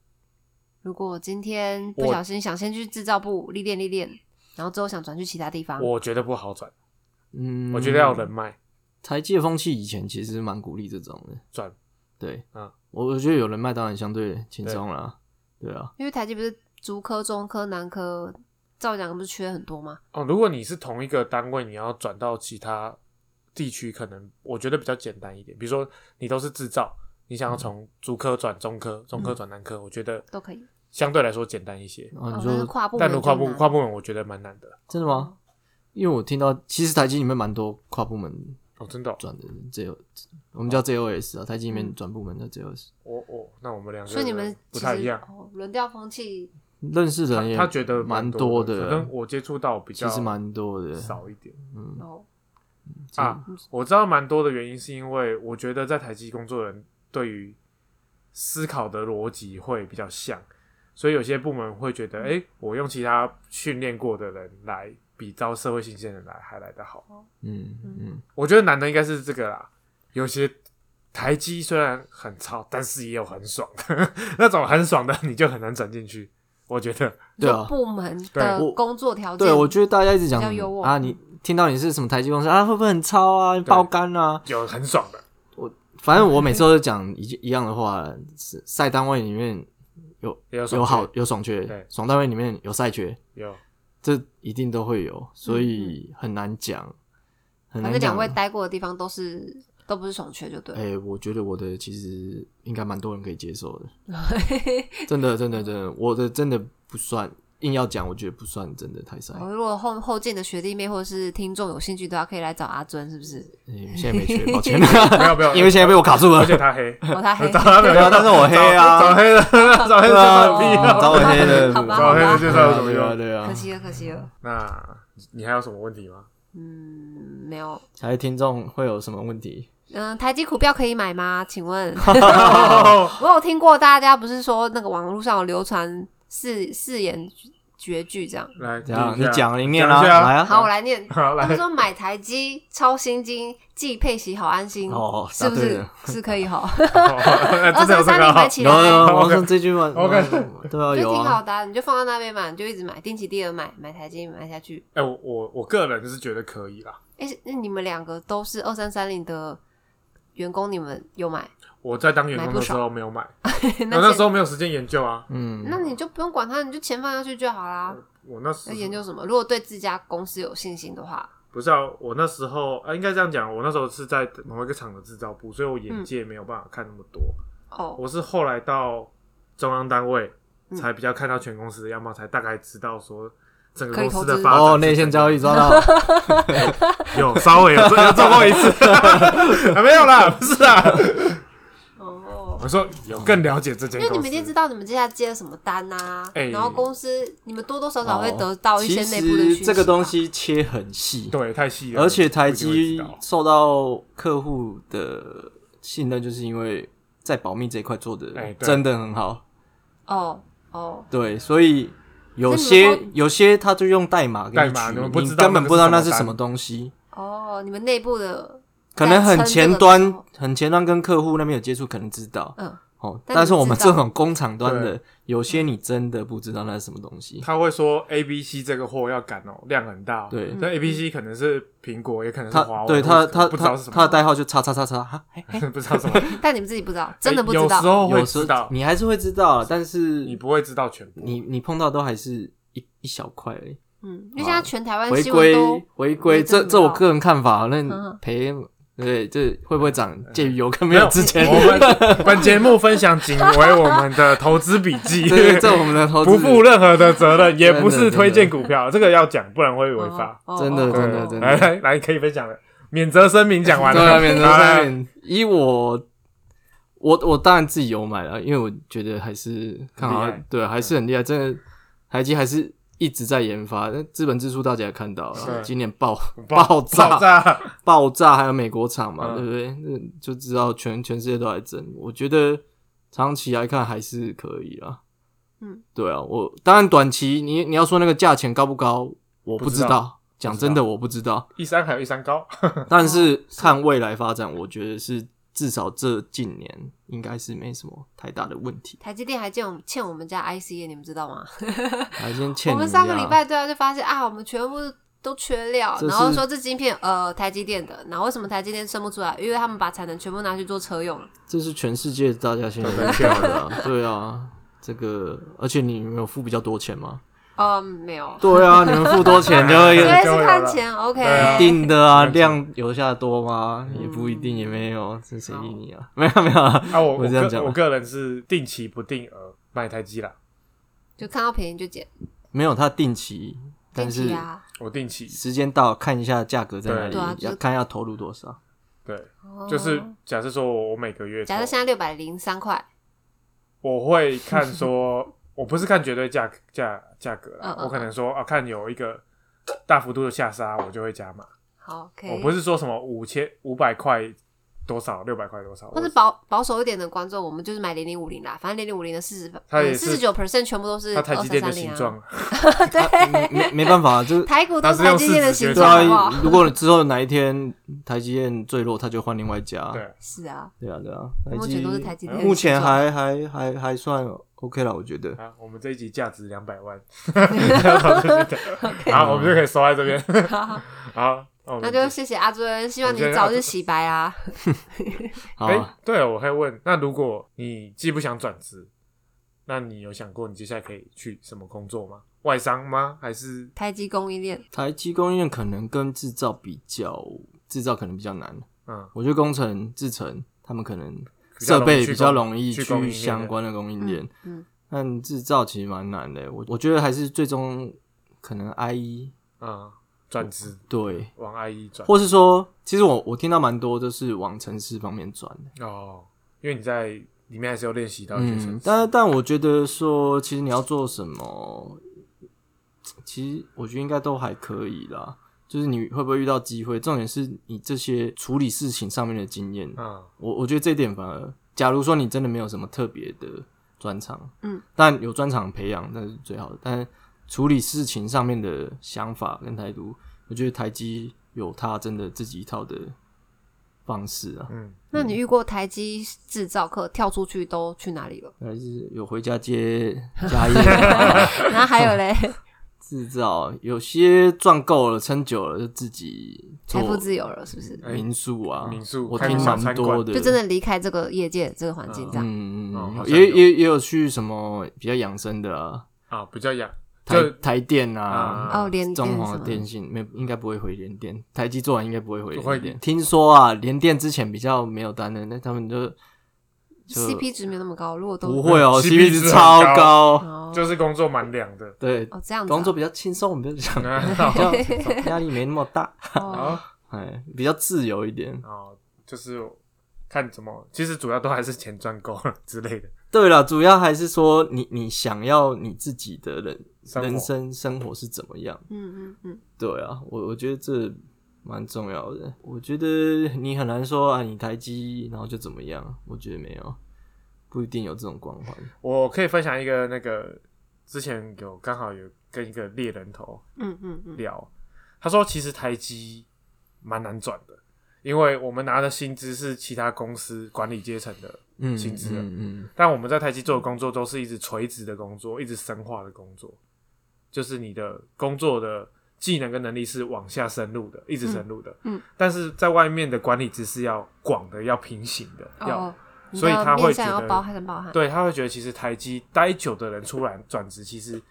Speaker 3: 如果我今天
Speaker 1: 我
Speaker 3: 不小心想先去制造部历练历练，然后之后想转去其他地方，
Speaker 1: 我觉得不好转，
Speaker 2: 嗯，
Speaker 1: 我觉得要人脉。
Speaker 2: 台积的风气以前其实蛮鼓励这种的，
Speaker 1: 转
Speaker 2: 对，
Speaker 1: 嗯，
Speaker 2: 我我觉得有人脉当然相对轻松啦，对啊，
Speaker 3: 因为台积不是竹科、中科、南科，照讲不是缺很多吗？
Speaker 1: 哦，如果你是同一个单位，你要转到其他地区，可能我觉得比较简单一点。比如说你都是制造，你想要从竹科转中科，中科转南科，我觉得
Speaker 3: 都可以。
Speaker 1: 相对来说简单一些。
Speaker 2: 然后
Speaker 3: 哦
Speaker 2: 你，
Speaker 3: 但是
Speaker 2: 说
Speaker 3: 跨部门
Speaker 1: 但
Speaker 3: 就
Speaker 1: 如
Speaker 3: 难，
Speaker 1: 跨部跨部门，我觉得蛮难的。
Speaker 2: 真的吗？因为我听到其实台积里面蛮多跨部门
Speaker 1: 哦，真的哦、
Speaker 2: 转的 J，O，我们
Speaker 1: 哦
Speaker 2: 叫 JOS 啊，台积里
Speaker 3: 嗯
Speaker 2: 面转部门叫 JOS，
Speaker 1: 我我那我们两个
Speaker 3: 所以你们
Speaker 1: 不
Speaker 3: 其
Speaker 1: 太一
Speaker 3: 实
Speaker 1: 样。
Speaker 3: 哦，轮调风气
Speaker 2: 认识的人也
Speaker 1: 他觉得
Speaker 2: 蛮
Speaker 1: 多
Speaker 2: 的，
Speaker 1: 反正我接触到比
Speaker 2: 其
Speaker 1: 较
Speaker 2: 实蛮多的，
Speaker 1: 少一点
Speaker 3: 哦，
Speaker 1: 啊。我知道蛮多的原因是因为我觉得在台积工作的人对于思考的逻辑会比较像，所以有些部门会觉得，哎、我用其他训练过的人来，比招社会新鲜人来还来得好。
Speaker 2: 嗯嗯，
Speaker 1: 我觉得难的应该是这个啦，有些。台积虽然很糙，但是也有很爽的 [LAUGHS] 那种很爽的，你就很难转进去。我觉得
Speaker 2: 对啊
Speaker 3: 就部门
Speaker 1: 对
Speaker 3: 的
Speaker 2: 我
Speaker 3: 工作条件，
Speaker 2: 对，我觉得大家一直讲
Speaker 3: 比较优渥
Speaker 2: 啊，你听到你是什么台积公司啊，会不会很超啊，爆肝啊？
Speaker 1: 有很爽的，
Speaker 2: 反正我每次都讲一一样的话，是赛单位里面有
Speaker 1: 也有爽
Speaker 2: 有好
Speaker 1: 的
Speaker 2: 有爽缺
Speaker 1: 对，
Speaker 2: 爽单位里面有赛缺，
Speaker 1: 有
Speaker 2: 这一定都会有，所以很难讲，很难
Speaker 3: 反正两
Speaker 2: 嗯讲。
Speaker 3: 位待过的地方都是都不是爽缺，就对了。
Speaker 2: 哎、我觉得我的其实应该蛮多人可以接受 [LAUGHS] 的，真的，真的，真的，我的真的不算，硬要讲，我觉得不算真的太晒。
Speaker 3: 哦，如果后后进的学弟妹或者是听众有兴趣的话，可以来找阿尊，是
Speaker 1: [LAUGHS]
Speaker 3: 不是？
Speaker 2: 哎现在没缺， [LAUGHS] 抱歉，
Speaker 1: 没有没有，
Speaker 2: 因为现在被我卡住了
Speaker 1: 而。且他黑，
Speaker 3: 哦，他黑
Speaker 1: 找他没有
Speaker 2: 对啊
Speaker 1: 用，
Speaker 2: [LAUGHS] 但是我黑啊
Speaker 1: 找找黑了， [LAUGHS] 找黑
Speaker 2: 对
Speaker 1: 了
Speaker 2: 啊
Speaker 1: 有 [LAUGHS] 屁
Speaker 2: 嗯找
Speaker 1: 用？
Speaker 2: 我黑的，
Speaker 3: 哦 [LAUGHS] 好吧
Speaker 1: 找黑了介
Speaker 2: 对
Speaker 1: 绍
Speaker 2: 啊
Speaker 1: 有什么
Speaker 2: 对啊，
Speaker 1: 用？
Speaker 2: 对啊
Speaker 3: 可。惜了，可惜了。
Speaker 1: 那你还有什么问题
Speaker 2: [LAUGHS]
Speaker 1: 吗？
Speaker 3: 嗯，没有。
Speaker 2: 还听众会有什么问题？
Speaker 3: 嗯，台积股票可以买吗？请问，
Speaker 1: 哦
Speaker 3: 我有听过大家不是说那个网络上有流传四四言绝句这样。
Speaker 1: 来，
Speaker 2: 怎样？
Speaker 1: 一
Speaker 2: 你
Speaker 1: 下
Speaker 2: 讲了，你念
Speaker 1: 讲
Speaker 2: 啦，
Speaker 1: 一下
Speaker 2: 来啊！
Speaker 3: 好，我来念。
Speaker 1: 好
Speaker 3: 他
Speaker 1: 来
Speaker 3: 们，说买台积超薪金，既配息好安心，
Speaker 2: 哦
Speaker 3: 是不
Speaker 2: 答对
Speaker 3: 是
Speaker 2: 了？
Speaker 3: 是可
Speaker 2: [LAUGHS]
Speaker 3: 以哈。
Speaker 1: [LAUGHS] 那
Speaker 3: 二
Speaker 1: 真的有这
Speaker 3: 三三
Speaker 1: 个
Speaker 3: 零
Speaker 1: 啊
Speaker 3: 买？起
Speaker 2: 有有有，
Speaker 3: 来，
Speaker 2: 我
Speaker 1: OK
Speaker 2: 说这句话
Speaker 1: OK
Speaker 2: 对啊，
Speaker 3: 就
Speaker 2: 有
Speaker 3: 挺好
Speaker 2: 啊，
Speaker 3: 的啊，你就放在那边嘛，你就一直买，定期定额买，买台积买下去。
Speaker 1: 哎，我我我个人是觉得可以啦。
Speaker 3: 哎、那你们两个都是二三三零的员工，你们有买？ [LAUGHS]
Speaker 1: 我在当员工的时候没有买，我
Speaker 3: 那
Speaker 1: 那
Speaker 3: 钱
Speaker 1: 时候没有时间研究啊。
Speaker 2: 嗯，
Speaker 3: 那你就不用管它，你就钱放下去就好啦。
Speaker 1: 我那时
Speaker 3: 要研究什么？如果对自家公司有信心的话，
Speaker 1: 不是啊，我那时候啊，应该这样讲，我那时候是在某一个厂的制造部，所以我
Speaker 3: 嗯
Speaker 1: 眼界没有办法看那么多。
Speaker 3: 哦，
Speaker 1: 我是后来到中央单位
Speaker 3: 嗯
Speaker 1: 才比较看到全公司的样貌，才大概知道说整个
Speaker 3: 可以
Speaker 1: 公司
Speaker 3: 投
Speaker 1: 的
Speaker 3: 资
Speaker 1: 发展。
Speaker 2: 哦，内线交易抓到，
Speaker 1: 有稍微有做有做过一次，
Speaker 2: [LAUGHS]
Speaker 1: 啊没有啦，不是啦。
Speaker 3: 哦，
Speaker 1: 我说有更了解这间
Speaker 3: 因为你
Speaker 1: 公
Speaker 3: 们一定知
Speaker 1: 司，
Speaker 3: 道你们接下来接了什么单呐、
Speaker 1: 哎
Speaker 3: 然后公司你们多多少少会得到一些
Speaker 2: 哦其
Speaker 3: 内部的讯
Speaker 2: 实
Speaker 3: 息吧。
Speaker 2: 这个东西切很细，
Speaker 1: 对，太细了。
Speaker 2: 而且台积
Speaker 1: 不一定会知道
Speaker 2: 受到客户的信任，就是因为在保密这一块做的
Speaker 1: 哎对
Speaker 2: 真的很好，
Speaker 3: 哦哦，
Speaker 2: 对，所以有
Speaker 3: 那
Speaker 2: 些
Speaker 3: 你们
Speaker 2: 有些他就用代码给
Speaker 1: 代
Speaker 2: 你
Speaker 1: 码
Speaker 2: 取
Speaker 1: 你们
Speaker 2: 名，
Speaker 1: 不
Speaker 2: 你
Speaker 1: 知道
Speaker 2: 根本
Speaker 1: 那个
Speaker 2: 不知
Speaker 1: 是
Speaker 2: 道
Speaker 1: 什么
Speaker 2: 那是什
Speaker 1: 单
Speaker 2: 么东西，
Speaker 3: 哦，你们内部的
Speaker 2: 可能很前端
Speaker 3: 在撑这个的时候，
Speaker 2: 很前端跟客户那边有接触，可能知道
Speaker 3: 嗯，
Speaker 2: 哦，
Speaker 3: 但
Speaker 2: 但
Speaker 3: 你
Speaker 2: 是我
Speaker 3: 知
Speaker 2: 们
Speaker 3: 道
Speaker 2: 这种工厂端的，有些你真的不知道那是什么东西，
Speaker 1: 他会说 A、B、C 这个货要赶哦，量很大、哦。，
Speaker 2: 对
Speaker 1: 那 A、B、C 可能是苹果，也可能是华
Speaker 2: 他
Speaker 1: 为，
Speaker 2: 对他他
Speaker 1: 不知道
Speaker 2: 他
Speaker 1: 是什
Speaker 2: 他的
Speaker 1: 么，
Speaker 2: 代号就叉叉叉叉，哈哎
Speaker 1: 不知道什么，
Speaker 3: 但你们自己不知道， [LAUGHS] 真的不知
Speaker 1: 有时
Speaker 3: 道。
Speaker 1: 候哦会
Speaker 2: 有时
Speaker 1: 知
Speaker 2: 候
Speaker 1: 道，
Speaker 2: 你还是会知道啊，但是
Speaker 1: 你不会知道全部。
Speaker 2: 你你碰到都还是一一小块而已。
Speaker 3: 嗯，因为现在全台湾
Speaker 2: 啊回
Speaker 3: 新闻都
Speaker 2: 归回归，
Speaker 3: 都
Speaker 2: 这
Speaker 3: 不知
Speaker 2: 这
Speaker 3: 道
Speaker 2: 我个人看法，那
Speaker 3: 嗯
Speaker 2: 赔对这会不会涨，
Speaker 1: 嗯
Speaker 2: 介于有跟没有之间。
Speaker 1: 我们本节目分享仅为我们的投资笔记，
Speaker 2: [LAUGHS] 对，这我们的投资
Speaker 1: 不负任何的责任，也不
Speaker 2: 真
Speaker 1: 是
Speaker 2: 的
Speaker 1: 推荐股票，这个要讲，不然会违法。
Speaker 3: 哦
Speaker 2: 真的
Speaker 3: 哦哦
Speaker 2: 真
Speaker 3: 哦
Speaker 2: 的真的
Speaker 1: 来来来，可以分享了，免责声明讲完
Speaker 2: 对啊，
Speaker 1: 了，
Speaker 2: 免责
Speaker 1: 来
Speaker 2: 声。
Speaker 1: [LAUGHS]
Speaker 2: 明。以我，我我当然自己有买了，因为我觉得还是看好
Speaker 1: 很厉害，
Speaker 2: 对，还是很厉害。真的，台积还是一直在研发，那资本支出大家也看到了
Speaker 1: 是，
Speaker 2: 今年爆
Speaker 1: [LAUGHS] 爆
Speaker 2: 炸
Speaker 1: 啊爆炸！
Speaker 2: 爆炸，还有美国厂嘛，
Speaker 1: 嗯
Speaker 2: 对不对？那就知道全全世界都在争。我觉得长期来看还是可以啦。
Speaker 3: 嗯，。
Speaker 2: 对啊，我当然短期你你要说那个价钱高不高，我
Speaker 1: 不
Speaker 2: 不
Speaker 1: 知
Speaker 2: 知
Speaker 1: 道
Speaker 2: 道。讲真的，我不知道。
Speaker 1: 一山还有一山高，
Speaker 2: 但是看未来发展，我觉得是至少这近年应该是没什么太大的问题
Speaker 3: [LAUGHS] 台积电还欠我们欠我们家 IC，耶你们知道吗？
Speaker 2: 还先欠
Speaker 3: 我们
Speaker 2: 你
Speaker 3: 上个
Speaker 2: 家
Speaker 3: 礼拜对啊，就发现啊，我们全部都缺料，
Speaker 2: 这是
Speaker 3: 然后说这晶片呃台积电的，然后为什么台积电生不出来？因为他们把产能全部拿去做车用了。
Speaker 2: 这是全世界大家现在
Speaker 1: 都
Speaker 2: 在
Speaker 1: 在
Speaker 2: 跳的、
Speaker 3: [LAUGHS]
Speaker 2: 啊，对啊，这个而且你们有付比较多钱吗？
Speaker 3: 嗯，没有，
Speaker 2: 对啊，你们付多钱就
Speaker 3: [LAUGHS] 所以
Speaker 2: 会
Speaker 1: 对
Speaker 3: 是看钱，OK，
Speaker 1: 对啊
Speaker 2: 一定的啊，
Speaker 1: 对
Speaker 2: 量留下多吗？也不一定，也没有，
Speaker 3: 嗯
Speaker 2: 这谁理你啊？ [LAUGHS] 没有没有啊，
Speaker 1: 啊，我
Speaker 2: 我这样
Speaker 1: 个
Speaker 2: 讲吧
Speaker 1: 我个人是定期不定额买台积啦，
Speaker 3: 就看到便宜就捡，
Speaker 2: 没有，它定期，但
Speaker 3: 定期
Speaker 2: 是
Speaker 3: 啊，
Speaker 1: 我定期
Speaker 2: 时间到看一下价格在哪
Speaker 1: 对
Speaker 2: 里
Speaker 3: 对啊，就是
Speaker 2: 要看要投入多少。
Speaker 3: [LAUGHS]
Speaker 1: 对，
Speaker 3: 哦
Speaker 1: 就是假设说我每个月投，
Speaker 3: 假设现在六百零三块，
Speaker 1: 我会看说， [LAUGHS] 我不是看绝对价格价价格啦
Speaker 3: 嗯，嗯
Speaker 1: 我可能说啊，看有一个大幅度的下杀，我就会加码。
Speaker 3: 好，OK，
Speaker 1: 我不是说什么五千五百块多少，六百块多少，
Speaker 3: 或
Speaker 1: 我
Speaker 3: 者保保守一点的观众，我们就是买零零五零啦，反正零零五零的四
Speaker 1: 它也
Speaker 3: 十、
Speaker 1: 是
Speaker 3: 四十九 percent 全部都是
Speaker 1: 它
Speaker 3: 二
Speaker 1: 台积
Speaker 3: 三
Speaker 1: 电
Speaker 3: 三
Speaker 1: 的
Speaker 3: 零
Speaker 1: 形
Speaker 3: 啊，
Speaker 1: 状，
Speaker 2: 啊没没没办法，就是
Speaker 3: 台股都
Speaker 1: 它是
Speaker 3: 是
Speaker 1: 用
Speaker 3: 台积电的
Speaker 1: 市值
Speaker 3: 形
Speaker 1: 决
Speaker 2: 对
Speaker 3: 状，好不
Speaker 2: 啊
Speaker 3: 好？，
Speaker 2: 如果之后哪一天台积电坠落，他就换另外一家。
Speaker 1: 对，
Speaker 3: 是啊，
Speaker 2: 对啊，对啊，
Speaker 3: 目前都是台积电的形状。
Speaker 2: 目前还还还还算 OK 了，我觉得。
Speaker 1: 啊，我们这一集价值两百
Speaker 3: [LAUGHS]
Speaker 1: 万，好，我们就可以收在这
Speaker 3: [LAUGHS]
Speaker 1: 边。好，那我们
Speaker 3: 那就谢谢阿尊，希望
Speaker 1: 我
Speaker 3: 你
Speaker 1: 觉得
Speaker 3: 早日洗白啊！哦
Speaker 2: 好
Speaker 1: 哎、
Speaker 2: 啊，
Speaker 1: 对，我会问，那如果你既不想转职，那你有想过你接下来可以去什么工作吗？外商吗？还是
Speaker 3: 台积供应链，
Speaker 2: 台积供应链可能跟制造比较，制造可能比较难。
Speaker 1: 嗯，
Speaker 2: 我觉得工程、制程他们可能
Speaker 1: 比较
Speaker 2: 设
Speaker 1: 容易
Speaker 2: 备
Speaker 1: 去
Speaker 2: 比较
Speaker 1: 供
Speaker 2: 容易
Speaker 1: 去供应
Speaker 2: 去
Speaker 1: 链
Speaker 2: 相
Speaker 1: 的
Speaker 2: 关的供应链，
Speaker 3: 嗯，
Speaker 2: 但制造其实蛮难的。我我觉得还是最终可能 IE
Speaker 1: 嗯转职
Speaker 2: 对，
Speaker 1: 往 IE 转
Speaker 2: 或是说，其实我我听到蛮多都是往城市方面转的。
Speaker 1: 哦，因为你在里面还是有练习到一些程
Speaker 2: 嗯
Speaker 1: 式，
Speaker 2: 但但我觉得说，其实你要做什么，其实我觉得应该都还可以啦。就是你会不会遇到机会，重点是你这些处理事情上面的经验。
Speaker 1: 嗯
Speaker 2: 我我觉得这一点反而，假如说你真的没有什么特别的专长，
Speaker 3: 嗯，
Speaker 2: 但有专长培养那是最好的。但处理事情上面的想法跟态度，我觉得台积有他真的自己一套的方式啊，
Speaker 1: 嗯，
Speaker 3: 那你遇过台积制造客跳出去都去哪
Speaker 1: [LAUGHS]
Speaker 3: 里了？
Speaker 2: 还是有回家接家业啊
Speaker 3: 然后还有嘞，
Speaker 2: 制造，有些赚够了、撑久了就自己
Speaker 3: 财富
Speaker 2: 做
Speaker 3: 自由了，是不是？
Speaker 2: 民宿啊，
Speaker 1: 民宿
Speaker 2: 我
Speaker 1: 开
Speaker 2: 听
Speaker 1: 个小
Speaker 2: 蛮
Speaker 1: 餐
Speaker 2: 多
Speaker 1: 馆
Speaker 2: 的，
Speaker 3: 就真的离开这个业界这个环境，这样
Speaker 2: 嗯嗯
Speaker 1: 哦好
Speaker 2: 嗯，
Speaker 1: 像
Speaker 2: 也
Speaker 1: 有
Speaker 2: 也也有去什么比较养生的啊，
Speaker 1: 啊，比较养
Speaker 2: 台
Speaker 1: 就
Speaker 2: 台电
Speaker 1: 啊
Speaker 2: 啊，
Speaker 3: 哦，连电
Speaker 2: 中
Speaker 3: 什
Speaker 2: 华
Speaker 3: 么？
Speaker 2: 电信没应该不会回联电，台积做完应该不会回
Speaker 1: 不会
Speaker 2: 联电。听说啊，联电之前比较没有单的，那他们就就
Speaker 3: CP 值没有那么高，如果都
Speaker 2: 不
Speaker 1: [LAUGHS]
Speaker 2: 会哦
Speaker 1: CP
Speaker 2: ，CP
Speaker 1: 值
Speaker 2: 值超
Speaker 1: 很
Speaker 2: 高，
Speaker 3: 哦
Speaker 1: 就是工作蛮凉的。 [LAUGHS]
Speaker 2: 对，
Speaker 3: 哦这样子啊
Speaker 2: 工作比较轻松，比较讲
Speaker 1: 嗯
Speaker 2: 比较 [LAUGHS] 压力没那么大，
Speaker 3: 哦
Speaker 1: 好，
Speaker 2: 哎，比较自由一点。
Speaker 1: 哦，就是看怎么，其实主要都还是钱赚够了之类的。
Speaker 2: 对了，主要还是说你你想要你自己的人
Speaker 1: 生活
Speaker 2: 人生生活是怎么样？
Speaker 3: 嗯嗯嗯，
Speaker 2: 对啊，我我觉得这蛮重要的。我觉得你很难说啊，你台积然后就怎么样？我觉得没有，不一定有这种光环。
Speaker 1: 我可以分享一个那个之前有刚好有跟一个猎人头
Speaker 3: 嗯嗯嗯，
Speaker 1: 聊，他说其实台积蛮难转的，因为我们拿的薪资是其他公司管理阶层的
Speaker 2: 嗯，
Speaker 1: 薪资了，
Speaker 2: 嗯嗯
Speaker 1: 但我们在台积做的工作都是一直垂直的工作，一直深化的工作，就是你的工作的技能跟能力是往下深入的，一直深入的。
Speaker 3: 嗯嗯
Speaker 1: 但是在外面的管理知识要广的，要平行的，要
Speaker 3: 哦，你
Speaker 1: 所以
Speaker 3: 要
Speaker 1: 他会
Speaker 3: 面向
Speaker 1: 觉
Speaker 3: 要
Speaker 1: 得
Speaker 3: 包含包含，
Speaker 1: 对他会觉得其实台积待久的人出来转职，其实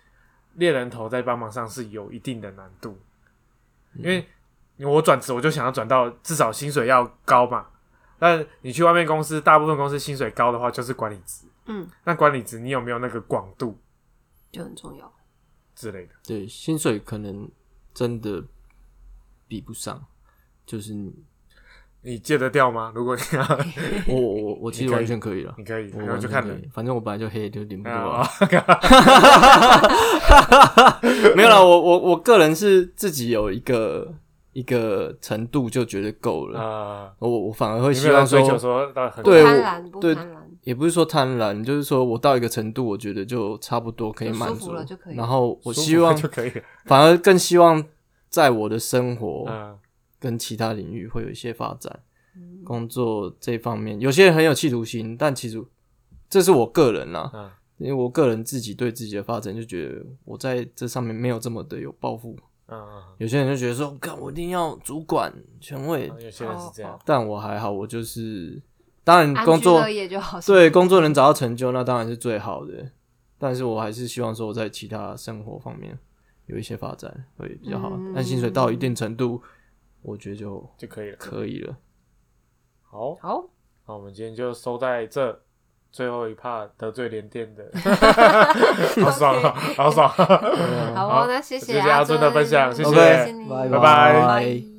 Speaker 1: 猎人头在帮忙上是有一定的难度，因为我转职我就想要转到至少薪水要高嘛。但你去外面公司，大部分公司薪水高的话就是管理职，
Speaker 3: 嗯，
Speaker 1: 那管理职你有没有那个广度
Speaker 3: 就很重要。
Speaker 1: 之类的？
Speaker 2: 对，薪水可能真的比不上，就是
Speaker 1: [LAUGHS]
Speaker 2: 你
Speaker 1: 你戒得掉吗？如果你
Speaker 2: [LAUGHS]
Speaker 1: 要，
Speaker 2: 我我我我其
Speaker 1: 你
Speaker 2: 实
Speaker 1: 可以
Speaker 2: 完全可以了
Speaker 1: 你。可以，
Speaker 2: 我
Speaker 1: 然后
Speaker 2: 完
Speaker 1: 就
Speaker 2: 全
Speaker 1: 看
Speaker 2: 可
Speaker 1: 人
Speaker 2: 以。反正我本来就黑，就顶不多啊
Speaker 1: 啊。，
Speaker 2: [LAUGHS] 没有啦，我我我个人是自己有一个一个程度就觉得够了。
Speaker 1: 啊
Speaker 2: 我我反而会
Speaker 1: 你没
Speaker 2: 希
Speaker 1: 有在
Speaker 2: 望
Speaker 1: 追求
Speaker 2: 说，
Speaker 1: 说到很
Speaker 2: 对
Speaker 3: 贪
Speaker 2: 我
Speaker 3: 婪不
Speaker 2: 对
Speaker 3: 贪婪，
Speaker 2: 也不是说贪婪，就是说我到一个程度，我觉得就差不多可以
Speaker 3: 就舒
Speaker 2: 满
Speaker 3: 服
Speaker 2: 足
Speaker 3: 了就可以
Speaker 2: 然后我
Speaker 1: 舒服
Speaker 2: 希望，
Speaker 1: 就可以了。
Speaker 2: [LAUGHS] 反而更希望在我的生活
Speaker 1: 嗯，
Speaker 2: 跟其他领域会有一些发展。工作这方面，有些人很有企图心，但其实这是我个人啦、
Speaker 1: 嗯
Speaker 2: 因为我个人自己对自己的发展就觉得我在这上面没有这么的有抱负。
Speaker 1: 嗯
Speaker 2: 有些人就觉得说，干我一定要主管权威
Speaker 1: 嗯，，有些人是这样
Speaker 3: 哦。
Speaker 2: 但我还好，我就是当然
Speaker 3: 安
Speaker 2: 工
Speaker 3: 居
Speaker 2: 作
Speaker 3: 乐业就好。
Speaker 2: 对工作能找到成就，那当然是最好的。但是我还是希望说我在其他生活方面有一些发展会比较好。
Speaker 3: 嗯
Speaker 2: 但薪水到一定程度，我觉得就
Speaker 1: 就可以了。
Speaker 2: 可以了。
Speaker 1: 好，
Speaker 3: 好，
Speaker 1: 那我们今天就收在这最后一趴得罪连电
Speaker 2: [LAUGHS]
Speaker 1: 的， [LAUGHS] 好爽啊，好爽啊！
Speaker 3: 好
Speaker 1: 好
Speaker 3: 哦，那谢
Speaker 1: 谢谢
Speaker 3: 阿
Speaker 1: 阿尊的分享谢
Speaker 2: 谢 OK，
Speaker 3: 你
Speaker 2: 拜
Speaker 1: 拜拜
Speaker 2: 拜